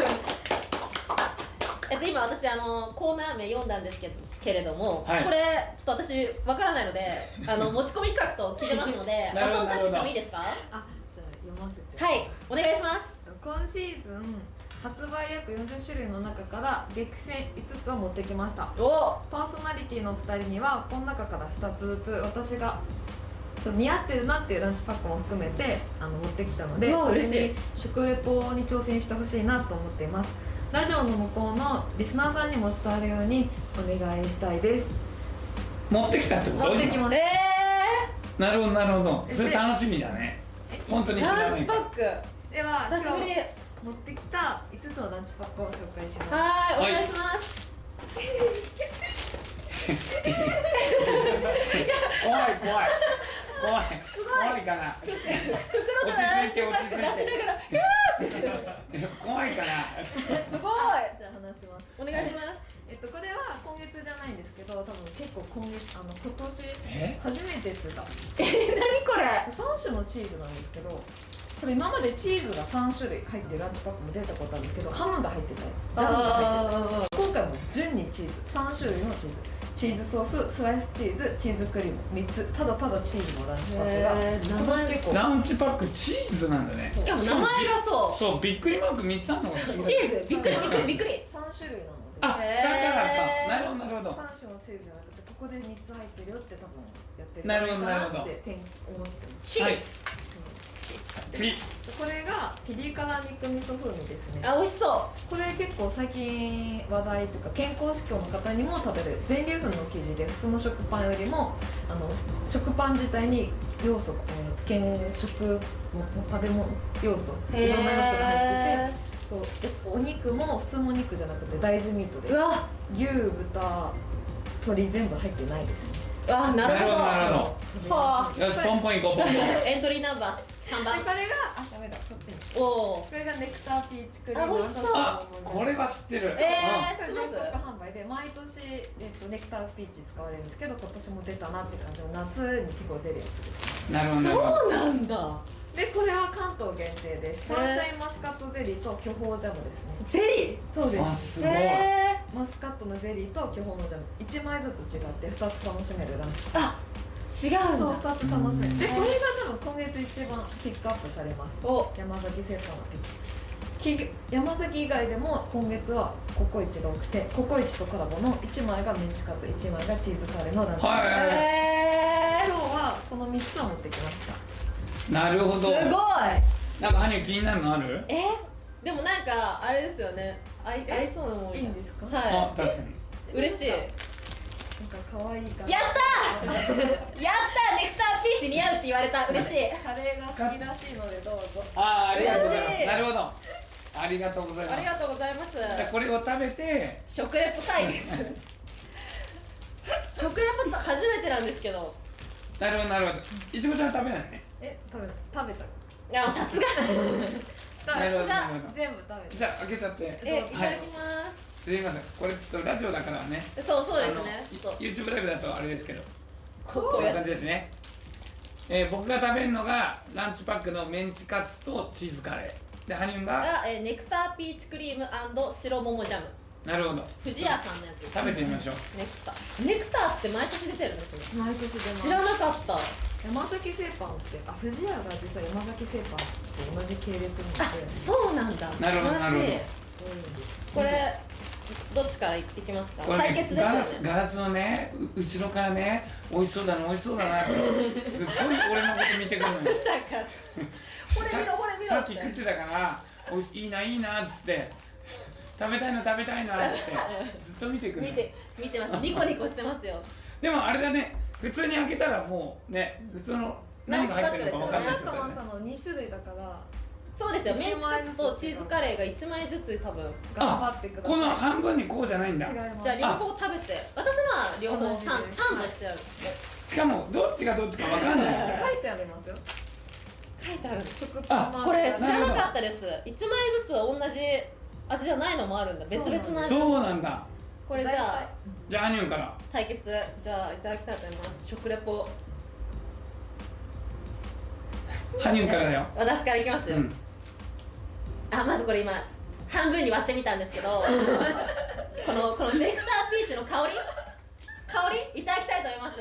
S2: それえっと今私あのコーナー名読んだんですけどけれども、
S1: はい
S2: これちょっと私わからないのであの持ち込み企画と聞いてますので
S1: な
S2: バ
S1: るほ
S2: ト
S1: ど
S2: ンタッチしてもいいですか
S5: あ、じゃあ読ませて。
S2: はいお願いします
S5: 今シーズン発売約40種類の中から激戦5つを持ってきました。
S2: お
S5: パーソナリティのお二人にはこの中から2つずつ私がちょっと似合ってるなっていうランチパックも含めてあの持ってきたので
S2: うわ
S5: それ
S2: 嬉し
S5: に
S2: い
S5: 食レポに挑戦してほしいなと思っていますラジオの向こうのリスナーさんにも伝わるようにお願いしたいです
S1: 持ってきたってこと
S5: 持ってきま
S2: え
S5: す
S1: なるほどなるほどそれ楽しみだね本当に知
S2: ー、
S1: ら
S2: ラ
S1: な
S2: ンチ
S1: い
S2: パック
S5: では
S2: 久
S5: 今日
S2: しぶり
S5: 持ってきた5つのランチパックを紹介します
S2: はーいお
S1: はい
S2: 願いします
S1: 怖い怖い怖い怖いかな
S2: 袋からランチパック出しな
S1: 落ち着いて
S2: がら
S1: 怖いかな
S2: すごい
S5: じゃあ話します
S2: お願いします
S5: えっとこれは今月じゃないんですけど多分結構今月あの今年
S1: え
S5: 初めてっていうか
S2: 何これ
S5: 3種のチーズなんですけどこれ今までチーズが3種類入ってるランチパックも出たことあるんですけどハムが入ってたりジャムが入ってたり
S2: あ
S5: 今回も順にチーズ3種類のチーズチーズソーススライスチーズチーズクリーム3つただただチーズのランチパックが
S2: へー
S5: 今年結構
S1: ラウンチパックチーズなんだね
S2: しかも名前がそ
S1: そうびっくりマーク3つあるのがすご
S2: う
S1: い
S2: チーズびっくりびっくりびっくり
S5: 3種類なので
S1: あだから
S2: へー
S1: かなるほどなるほど
S5: 3種のチーズじゃなくてここで3つ入ってるよって多分やってる
S1: なるほど
S5: か
S1: なるほど
S5: って思ってます
S2: チーズ、
S1: はい次
S5: これがピリ辛肉味噌風味ですね
S2: あ美味しそう
S5: これ結構最近話題というか健康志向の方にも食べる全粒粉の生地で普通の食パンよりもあの食パン自体に要素、えー、健食食べ物要素いろんな要素が入っててそうでお肉も普通のお肉じゃなくて大豆ミートで
S2: うわ
S5: 牛豚鶏全部入ってないですね
S2: うわなるほど
S1: なるほ
S2: は
S1: どよしポンポンいこうポンポン
S2: エントリーナンバー3
S5: で
S2: 番
S5: これがあダメだこっちに
S2: おお
S5: これがネクターピーチクリーム
S2: あ美味しそう
S1: あこれは知ってる、
S2: えー
S5: 全
S2: しま
S5: 国
S2: す
S5: 販売で毎年、えっと、ネクターピーチ使われるんですけど今年も出たなって感じの夏に結構出るやつです
S1: うんなるほどなるほど
S2: そうなんだ
S5: でこれは関東限定です
S2: へー
S5: サンシャインマスカットゼリーと巨峰ジャムです
S2: ゼ
S5: ね
S2: リ
S5: そうで
S1: あす
S5: す
S2: ー
S1: ごい、
S2: へ
S5: マスカットのゼリーと巨峰のジャム1枚ずつ違って2つ楽しめるランチ
S2: ー違うん
S5: そう
S2: だ
S5: 2つ楽しめるで
S2: うん
S5: これが多分今月一番ピックアップされます
S2: お
S5: 山崎製菓のピック企業山崎以外でも今月はココイチが多くてココイチとコラボの1枚がメンチカツ1枚がチーズカレーのランチ
S1: はい
S2: へ
S5: 今日
S2: え
S5: はこの3つを持ってきました
S1: なるほ
S2: す
S1: ど
S2: ごい
S1: なんか羽生気になるのある
S2: えでもなんかあれですよね合い合いそうなもん
S5: いいんですか
S2: は
S1: あ確かに
S2: い嬉しいや
S5: なんか可愛いから
S2: ったーやったーネクターピーチ似合うって言われた嬉しい
S5: カレーが好きらしいのでどうぞ
S1: あーありがとうございま
S2: 嬉しい
S1: すなるほどありがとうございま
S2: あ
S1: す
S2: り
S1: じゃ
S2: がとうございます
S1: あこれを食べて
S2: 食レポ対決食レポって初めてなんですけど
S1: なるほどなるほどいちごちゃんは食べないね
S5: え食べ食べた
S2: いやさすが
S5: さ
S1: なるほど
S5: すが
S1: なるほど
S5: 全部食べた
S1: じゃあ開けちゃって
S2: えい
S5: はい
S2: ただきます
S1: すいませんこれちょっとラジオだからね
S2: そうそうですね
S1: あ
S2: ちょっ
S1: の YouTube ライブだとあれですけど
S2: と
S1: こ
S2: こう
S1: ういう
S2: や
S1: 感
S2: って
S1: じですね、えー僕が食べるのがランチパックのメンチカツとチーズカレーで羽生が
S2: が、えーネクターピーチクリーム白ももジャム
S1: なるほど
S2: 藤屋さんのやつ
S1: 食べてみましょう
S2: ネクタネクタって毎年出てるのそれ
S5: 毎年出ます
S2: 知らなかった
S5: 山崎製パンってあ藤屋が実は山崎製パンと同じ系列なので
S2: あそうなんだ
S1: なるほどなるほ
S2: 詳しい
S1: ど
S5: 多いんです
S2: これどっちからいいきますか
S1: これね
S2: 対決です
S1: ガ
S2: よ
S1: ラス
S2: ね
S1: ガラスのねう後ろからね美味しそうだな美味しそうだなってすっごい俺のこと見てくるの
S2: なん
S1: よ
S2: か
S1: ほ
S2: れ見ろほれ見ろ
S1: さっき食ってたからおいしいいないいなっつって食べたいな食べたいなっ つってずっと見てくるの
S2: 見て見てますニコニコしてますよ
S1: でもあれだね普通に開けたらもうね普通の何が入ってるのか分かんない
S5: ラ
S1: で
S5: ス
S1: す
S5: ト
S1: よ
S5: マン
S1: ね
S5: さんの2種類だから
S2: そうですよメンチ
S5: 一枚
S2: カ
S5: ずつ
S2: ツとチーズカレーが1枚ずつ多分
S5: 頑張ってください
S1: この半分にこうじゃないんだ
S5: 違います
S2: じゃあ両方食べて私は両方
S5: 同じで
S2: サン
S5: す
S2: サンドしてある
S1: しかもどっちがどっちか分かんない
S5: 書いてありますよ
S2: 書いてある
S5: 食パンマーク
S2: これ知
S1: なる
S2: ら
S1: ほど
S2: なかったです1枚ずつ同じ味じゃないのもあるんだ別々の味
S1: そうなんだ
S2: これじゃあ
S1: じゃあ羽生から
S2: 対決じゃあいただきたいと思います食レポ
S1: 羽生からだよ
S2: 私からいきます
S1: う
S2: よ、
S1: ん
S2: あまずこれ今半分に割ってみたんですけ どこのこのネクターピーチの香り香りいただきたいと思います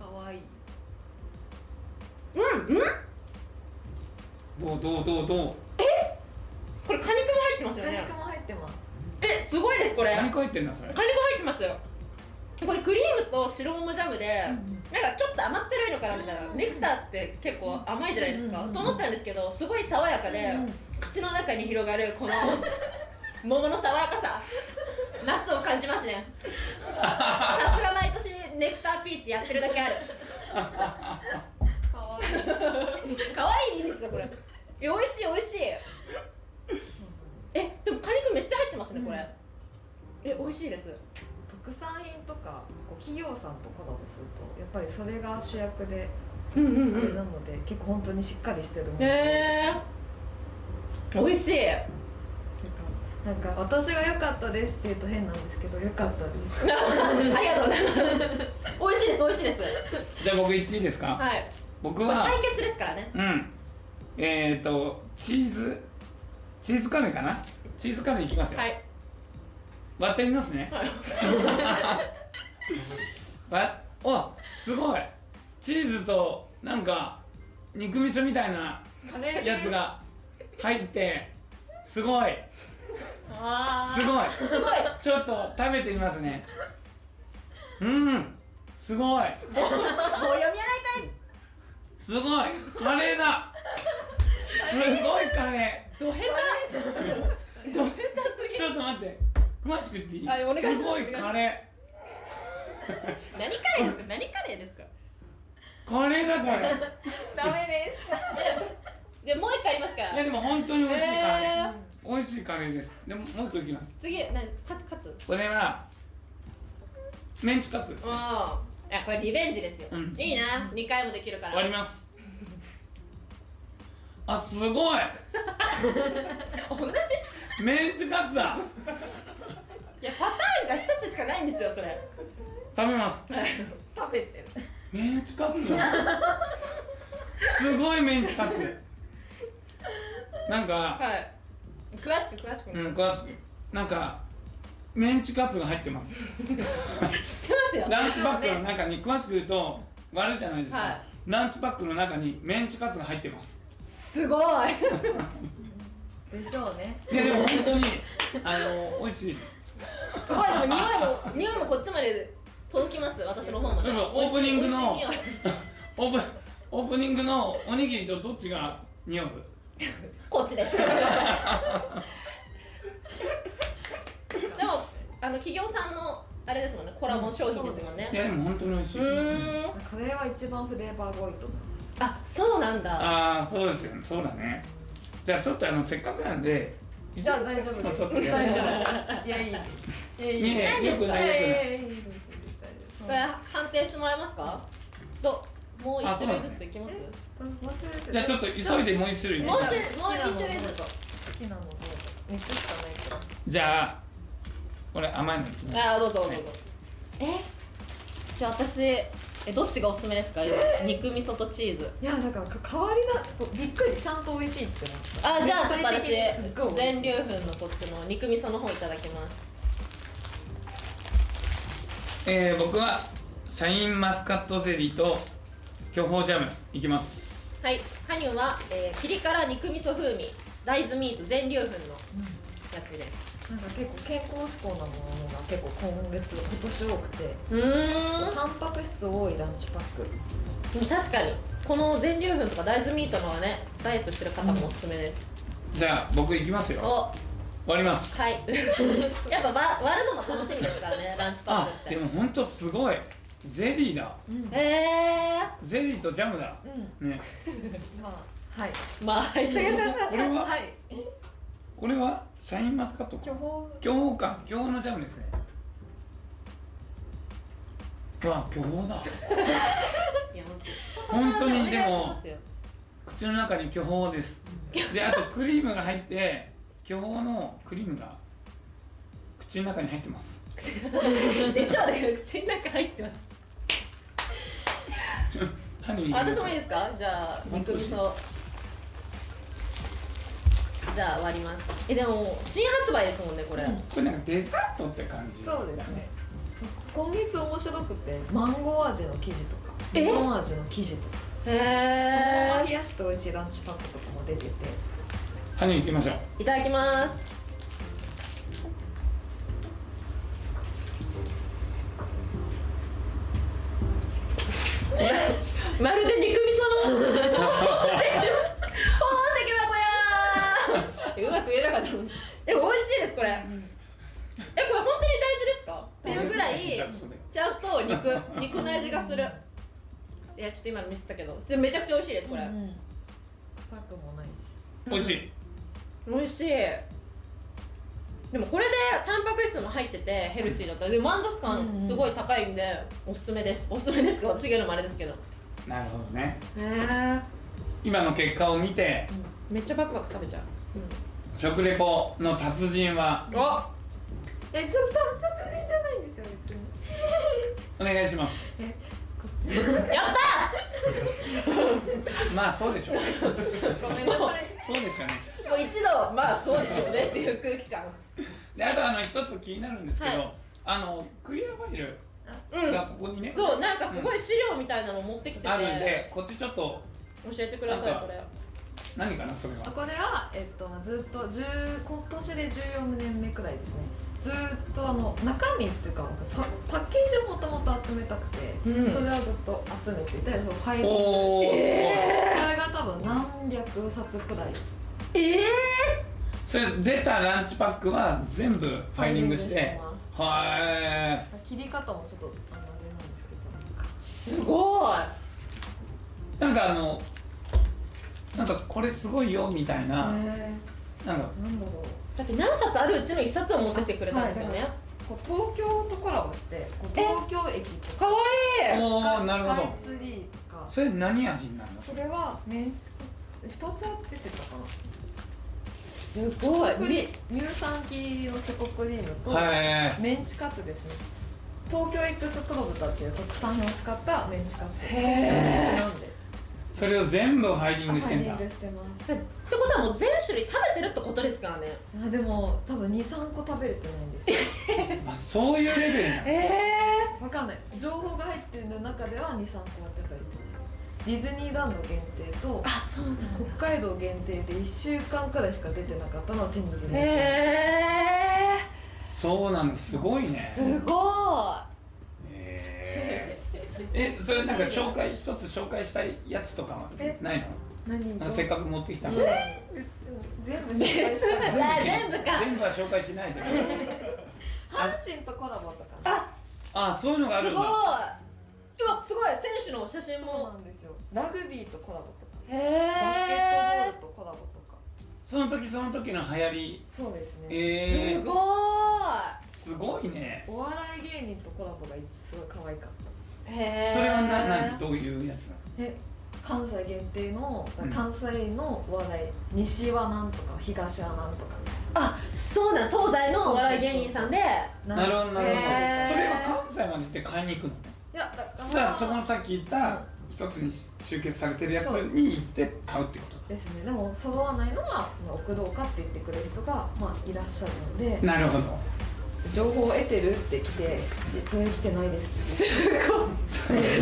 S5: かわいい
S2: うんうん
S1: どうどうどうどう
S2: これ果肉も入ってますよ
S5: 果
S2: ね
S5: 肉も入ってます
S2: えすごいですこれ
S1: 何個入ってんだそれ
S2: 果肉入ってますよこれクリームと白桃ジャムで、なんかちょっと甘っぺらいのかなみたいな、ネクターって結構甘いじゃないですか、
S5: うんうん
S2: と思ったんですけどすごい爽やかで、
S5: うん
S2: 口の中に広がる この桃の爽やかさ夏を感じますねさすが毎年ネクターピーチやってるだけある
S5: かわいい
S2: 可愛い美味しい美味しいえでも果肉めっちゃ入ってますねこれ、え美味しいです
S5: 特産品とかこう企業さんとコラボするとやっぱりそれが主役で
S2: うんうん
S5: あれなので、結構本当にしっかりしてるもの
S2: へえ美味しい
S5: なんか私が良かったですって言うと変なんですけど良かったです
S2: ありがとうございます美味しいです美味しいです
S1: じゃあ僕言っていいですか
S2: はい
S1: 僕
S2: これ
S1: は
S2: 対決ですからね
S1: うんえっ、ー、とチーズチーズカメかなチーズカメいきますよ、
S2: はい
S1: 割ってみますね、 わおすごいチーズとなんか肉味噌みたいなやつが入ってすごい
S2: あ
S1: すごい
S2: ーすごい
S1: ちょっと食べてみますねうんすごい
S2: 棒読み洗いたい
S1: すごいカレ ーだすごいカレー
S2: ドヘ タドヘタすぎ
S1: ち
S2: る
S1: ょっと待って詳しく言っていい
S2: はいお願いします
S1: すごいカレ
S2: 何カレーですか何カレーですか
S1: ーカレーだこれ
S5: ダメで
S2: でもう一回言いますか
S1: いや
S2: ら
S1: でも本当に美味しいカレー、
S2: えー
S1: 美味しいカレーですでももう一個いきます
S2: 次何カツカツ
S1: これはメンチカツです
S2: うん
S1: ね
S2: いやこれリベンジですよ、
S1: うん
S2: いいな2回もできるから
S1: 割りますあすごい
S2: 同じ
S1: メンチカツだ
S2: いやパターンが一つしかないんですよそれ
S1: 食べます
S5: す食べてる
S1: メンチカツだすごいメンチカツなんか、
S2: はい詳しく詳しく、
S1: うん、詳しくなんかメンチカツが入ってます
S2: 知ってますよ
S1: ランチパックの中に詳しく言うと割るじゃないですか、
S2: はい
S1: ランチパックの中にメンチカツが入ってます
S2: すごい
S5: でしょうね
S1: いやでも本当にあの美味しいです
S2: すごいでも匂いも匂いもこっちまで届きます私の方まで
S1: そうそうオープニングの
S2: 美味しい匂い
S1: オープンオープニングのおにぎりとどっちが匂う
S2: こっちですでもあの企業さんのあれですもんねコラボ商品ですもん
S1: い
S2: ね
S1: やでも本当に美味し
S2: う
S1: い、
S2: ーん
S5: カレーは一番フレーバーが多いと思います
S2: あそうなんだ
S1: ああそうですよねそうだねじゃあちょっとあのせっかくなんで
S5: じゃあ大丈夫です
S1: ちょっとや
S5: 大
S1: る
S5: 丈夫いやいいいやいい
S1: ね
S2: ないんですか
S1: よくないい
S5: やい
S1: よ
S5: や
S1: く
S5: いやいい
S2: これ判定してもらえますかどうもう一
S1: あそ
S2: 種
S1: うな
S2: 類
S1: んだ
S2: ずついきます
S1: ないじゃあちょっと急いでもう一種類
S2: もう
S1: ね
S2: 一もう一種類ずつ
S5: 好きなので3つしかないから
S1: じゃあこれ甘いのいきます
S2: ああどうぞどうぞ、えじゃあ私えどっちがおすすめですか肉味噌とチーズ
S5: いやだからか変わりなこうびっくりちゃんと美味しいってなった
S2: あじゃあちょっと私
S5: 全体的にすっごい美味
S2: 全
S5: しい
S2: 粒粉のこっちの肉味噌の方いただきます
S1: えー、僕はシャインマスカットゼリーと巨峰ジャムいきます
S2: はいハニュは、えー、ピリ辛肉味噌風味大豆ミート全粒粉のやつです
S5: なんか結構健康志向なものが結構今月今年多くて
S2: うー
S5: タンパク質多いランチパック
S2: ん確かにこの全粒粉とか大豆ミートのはねダイエットしてる方もおすすめです、
S1: じゃあ僕いきますよ
S2: お
S1: 割ります
S2: はい やっぱわ割るのも楽しみですから ねランチパッ
S1: あ
S2: クって
S1: でも本当すごいゼリーだ
S2: え
S1: ゼリーとジャムだ
S5: うん
S1: ね
S5: まあはい
S2: ー、まあはい
S1: これは
S5: はい
S1: これはシャインマスカットか
S5: 巨峰
S1: 巨峰か巨峰のジャムですねうわ巨峰だ
S2: いや
S1: 本当にで
S2: お願い
S1: も
S2: しますよ
S1: 口の中に巨峰ですであとクリームが入って巨峰のクリームが口の中に入ってます
S2: でしょね口の中入ってます
S1: 歯に入
S2: あ
S1: れ
S2: 私
S1: ます
S2: もいいですかじゃあ肉味噌じゃあ割りますえでも新発売ですもんねこれ、
S1: これなんかデザートって感じ
S5: そうですね今月面白くてマンゴー味の生地とかレモン味の生地とかそのま
S2: へ
S5: ま冷やして美味しいランチパックとかも出てて
S1: 歯に行きましょう
S2: えいただきます まるで肉味噌の 宝石宝石箱やーうまく言えなかったえ美味しいですこれえこれ本当に大事ですかっていうぐらいちゃんと肉 肉の味がするいやちょっと今の見せたけど普通にめちゃくちゃ美味しいですこれ、
S5: うん臭くもないし
S1: 美味しい
S2: 美味しいでもこれでタンパク質も入っててヘルシーだったで満足感すごい高いんでおすすめですおすすめですけど私が言うのもあれですけどへ
S1: なるほどね
S2: え
S1: 今の結果を見て
S2: めっちゃバクバク食べちゃう、
S1: 食レポの達人は
S2: うん、あ
S5: えちょっと達人じゃないんですよ別に
S1: お願いします
S2: やっ
S1: まあそうでしょう
S5: ごめんなさい
S1: そうでしょうね
S2: たもう一度まあそうでしょうねっていう空気感
S1: であとあの一つ気になるんですけど、
S2: はい
S1: あのクリアファイル
S2: うん
S1: がここにね、
S2: そうなんかすごい資料みたいなの持ってきてて、
S1: あるんでこっちちょっと
S2: 教えてください
S1: なんか
S2: それ
S1: 何かなそれは
S5: これは、えっと、ずっと10今年で14年目くらいですねずっとあの中身っていうかパパッケージをもともと集めたくて、
S2: うん
S5: それはずっと集めててそのファイル
S1: おお、
S5: これが多分何百冊くらい
S2: ええ
S1: すごいそれ出たランチパックは全部ファイリングして
S5: ま
S1: は
S5: す切り方もちょっとあのあれなんですけど
S2: すごい
S1: ーいなんかあのなんかこれすごいよみたいな、
S5: え
S1: なんか
S5: ー、なんだろう
S2: だって何冊あるうちの一冊を持ってきてくれたんですよね、
S5: はこう東京とコラボしてこう
S2: え
S5: 東京駅とか
S2: かわいい
S1: おーなるほど
S5: スカイツリーとか
S1: それ何味になるの
S5: それはメンチコ2つあっててたかな
S2: すごい
S5: クリ乳酸菌のチョコクリームと
S1: はい
S5: メンチカツですね東京エクス黒豚っていう特産品を使ったメンチカツ
S2: へ
S5: ち
S2: え
S5: なんで
S1: それを全部ファイリングし
S5: ハ
S1: て
S5: イ
S1: ん
S5: リ
S1: だ
S5: ングしてます
S2: ってことはもう全種類食べてるってことですからね
S5: あでも多分23個食べれてないんです
S1: あそういうレベルなの
S2: ええ
S5: 分かんない情報が入ってる中では23個あってたりディズニーランド限定と
S2: あそうなん
S5: 北海道限定で1週間くらいしか出てなかったのを手に入れて
S2: へえ
S1: そうなんですすごいね
S2: すご
S1: えーえそれなんか紹介一つ紹介したいやつとかは
S5: え
S1: ないの
S5: 何
S1: なんかせっ
S5: か
S1: かく持ってきたの
S2: うん
S5: 全部紹介した
S2: 別
S5: い
S2: じゃあ全部か
S1: 全部は紹介しないで
S5: 阪神とコラボとか
S2: あ
S1: あそういうのがあ
S2: いすごい
S1: るん
S2: う
S1: だ
S2: わすごい選手の写真
S5: そう
S2: も
S5: なんですよラグビーとコラボとか
S2: へ
S5: バスケッ
S2: え
S5: トボールとコラボとか
S1: その時その時の流行り
S5: そうですね
S1: え
S2: す
S1: ー、
S2: ご
S1: すごいね
S5: お笑い芸人とコラボが一すごい可愛かった
S2: いへえ
S1: それはな何どういうやつなの
S5: え関西限定の
S1: うん
S5: 関西のお笑い、西はなんとか東はなんとか
S2: あそうなん東西のお笑い芸人さんで
S1: なるほどなるほどそれ
S2: へー
S1: は関西まで行って買いに行くの
S5: いやだか
S1: だから
S5: ら
S1: そのさっき言った一つに集結されてるやつに行って買うってこと
S5: ですねでも揃わないのはまあ奥どうかって言ってくれる人が、まあ、いらっしゃるので
S1: なるほど
S5: 情報を得てるって来てでそれ来てないです
S2: すご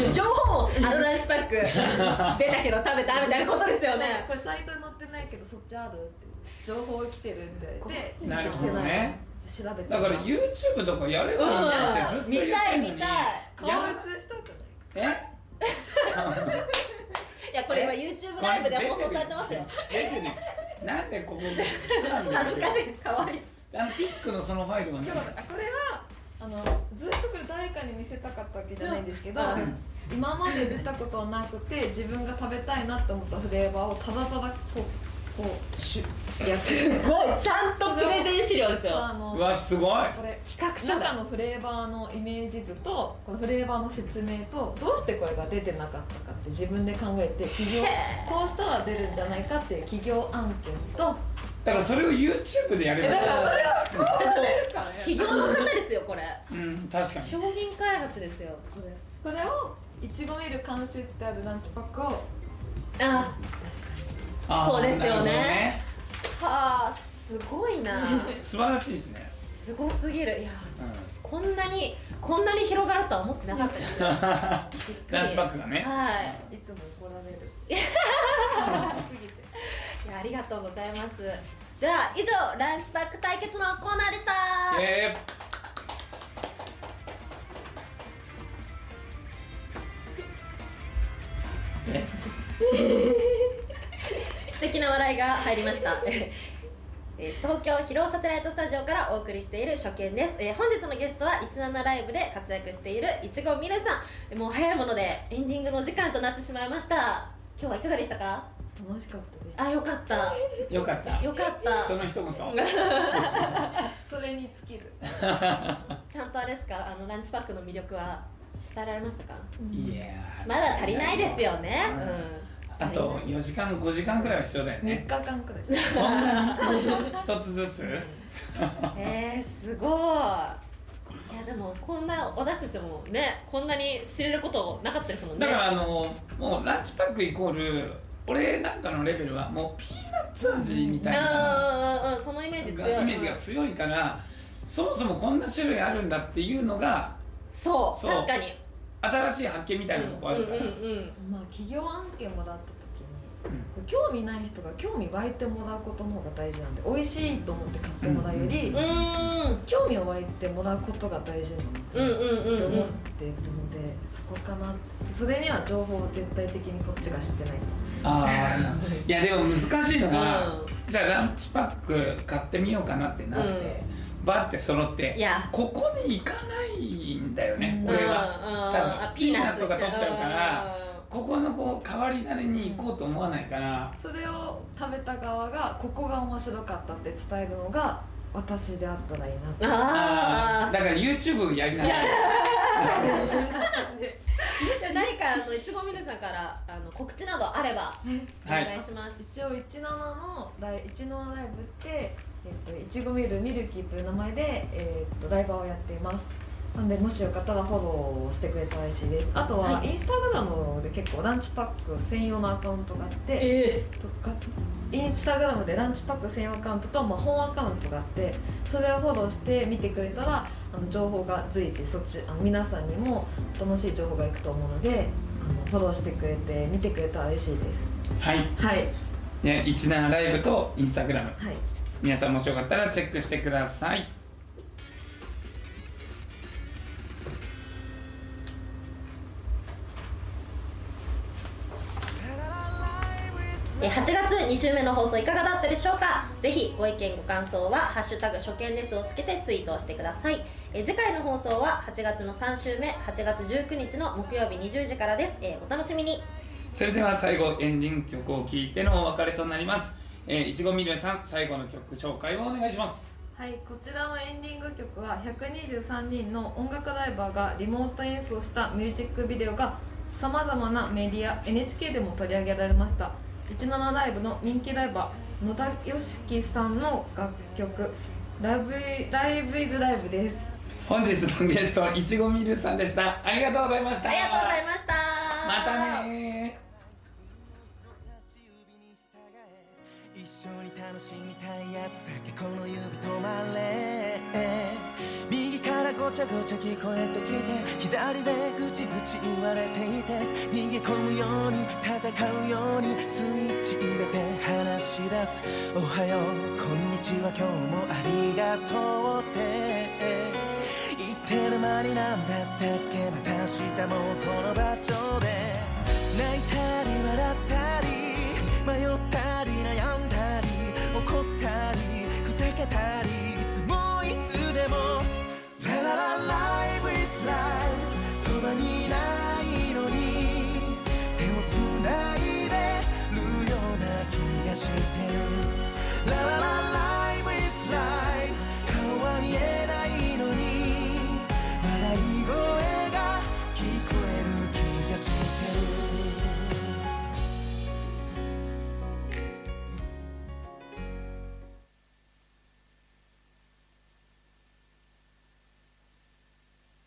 S2: い情報もあのランチパ ック出たけど食べたみたいなことですよね
S5: これサイトに載ってないけどそっちあるって情報来てるって言われて
S1: なる
S5: 来
S1: ほ
S5: て
S1: ど
S5: ない
S1: ね
S5: 調べて
S1: だから YouTube とかやればいいんだってずっ
S2: う
S1: と
S2: ん
S1: 言っ
S2: 見
S1: て
S2: たい
S1: んのに
S2: 見たい
S5: 顔
S1: や
S5: 映したくない
S1: え
S2: いやこれ今 YouTube ライブで放送されてますよ
S1: 出てるなんでここに来たんだ
S2: 恥ずかし
S1: い
S2: い可愛い
S1: あのピックのそのファイルはね
S5: ちょっと待ってこれはあのずっとこれ誰かに見せたかったわけじゃないんですけど、
S2: うん
S5: 今まで出たことはなくて自分が食べたいなって思ったフレーバーをただただこうこうシュッやって
S2: すごいちゃんとプレゼン資料ですよ
S5: あ
S1: う
S5: の
S1: わすごい
S5: これ
S2: 比較書
S5: 中
S2: だ
S5: のフレーバーのイメージ図とこのフレーバーの説明とどうしてこれが出てなかったかって自分で考えて企業こうしたら出るんじゃないかっていう企業案件と
S1: だからそれを YouTube でやればいい
S2: 企業の方ですよこれ
S1: うん確かに
S2: 商品開発ですよ
S5: これこれをいちごミル監修ってあるランチパックを
S2: あ
S1: あー
S2: そうですよね
S1: なるほど
S2: はあすごいな
S1: 素晴らしいですね
S2: すごすぎるいや
S1: うん
S2: こんなにこんなに広がるとは思ってなかったですびっくり
S1: ランチパックがね
S2: はい
S5: いつも怒られる
S2: いやありがとうございますでは以上ランチパック対決のコーナーでした
S1: えーえ
S2: 素敵な笑いが入りました えー東京広尾サテライトスタジオからお送りしている初見です、えー本日のゲストは17ライブで活躍しているいちごみるさんもう早いものでエンディングのお時間となってしまいました今日はいかがでしたか
S5: 楽しかったで
S2: あよかった
S1: よかった
S2: よかった
S1: その一言
S5: すそれに尽きる
S2: ちゃんとあれですかあのランチパックの魅力は伝えられましたか
S1: いやー
S2: まだ足りないですよね
S1: うんあと4時間5時間くらいは必要だよ
S5: 3日
S1: ね
S5: 間くらいし
S1: そんなに一つずつ
S2: うんえー、すごいいやでもこんな私たちもねこんなに知れることなかったですもんね
S1: だからあのもうランチパックイコール俺なんかのレベルはもうピーナッツ味みたい
S2: う
S1: な
S2: んうんうんうんそのイメー
S1: イ
S2: ジ
S1: メ
S2: 強い
S1: ージが強いからそもそもこんな種類あるんだっていうのが
S2: そう
S1: そう
S2: 確かに
S1: 新しい発見みたいなとこあるから、
S2: うんうんうんうん
S5: まあ企業案件もらった時
S1: う
S5: に
S1: ん
S5: 興味ない人が興味湧いてもらうことの方が大事なんで美味しいと思って買ってもらうより、
S2: うーん
S5: 興味を湧いてもらうことが大事なの
S2: うんうんう
S5: って
S2: ん
S5: 思
S2: う
S5: っ
S2: ん
S5: ているので、そこかなそれには情報を絶対的にこっちが知ってない
S1: ああいやでも難しいのが、
S2: う
S1: じゃあランチパック買ってみようかなってなって、バッて揃って
S2: いや
S1: ここに行かないんだよね、
S5: うん
S1: 俺は
S2: うんうんうん
S1: 多分
S2: あピーナッツ
S1: ピーナッツとか取っちゃうから
S2: ん
S1: ここのこう代わり種に行こうと思わないから、
S5: それを食べた側がここが面白かったって伝えるのが私であったらいいなって
S1: あ
S2: あ
S1: ーだから YouTube や りなさい
S2: あ何かあ のいちごみるさんからあの告知などあればお
S1: は
S2: 願
S1: い
S2: いします、
S5: 一応17のライ17ライブって、えっと、いちごミルミルキーという名前で、えっとライバーをやっていますなんでもしよかったらフォローをしてくれたら嬉しいですあとは
S2: はい
S5: インスタグラムで結構ランチパック専用のアカウントがあって、
S2: え
S5: とかインスタグラムでランチパック専用アカウントと、まあ、本アカウントがあってそれをフォローして見てくれたらあの情報が随時そっちあの皆さんにも楽しい情報がいくと思うのであのフォローしてくれて見てくれたら嬉しいで
S1: はい
S5: すはい
S1: ね17ライブとインスタグラム
S5: はい
S1: 皆さんもしよかったらチェックしてください
S2: え8月2週目の放送いかがだったでしょうかぜひご意見ご感想は「ハッシュタグ初見です」をつけてツイートをしてくださいえ次回の放送は8月の3週目8月19日の木曜日20時からです、えお楽しみに
S1: それでは最後エンディング曲を聴いてのお別れとなりますえーいちごみるさん最後の曲紹介をお願いします
S5: はい、こちらのエンディング曲は123人の音楽ライバーがリモート演奏したミュージックビデオがさまざまなメディア NHK でも取り上げられました17ライブの人気ライバー野田佳樹さんの楽曲「ラブライブイズライブです
S1: 本日のゲストいちごみるさんでしたありがとうございました
S2: ありがとうございました
S1: またね
S6: 一緒に楽しみたいやつだけこの指止まれ右からごちゃごちゃ聞こえてきて左でぐちぐち言われていて逃げ込むように戦うようにスイッチ入れて話し出すおはようこんにちは今日もありがとうって言ってる間になんだったっけまた明日もこの場所で泣いた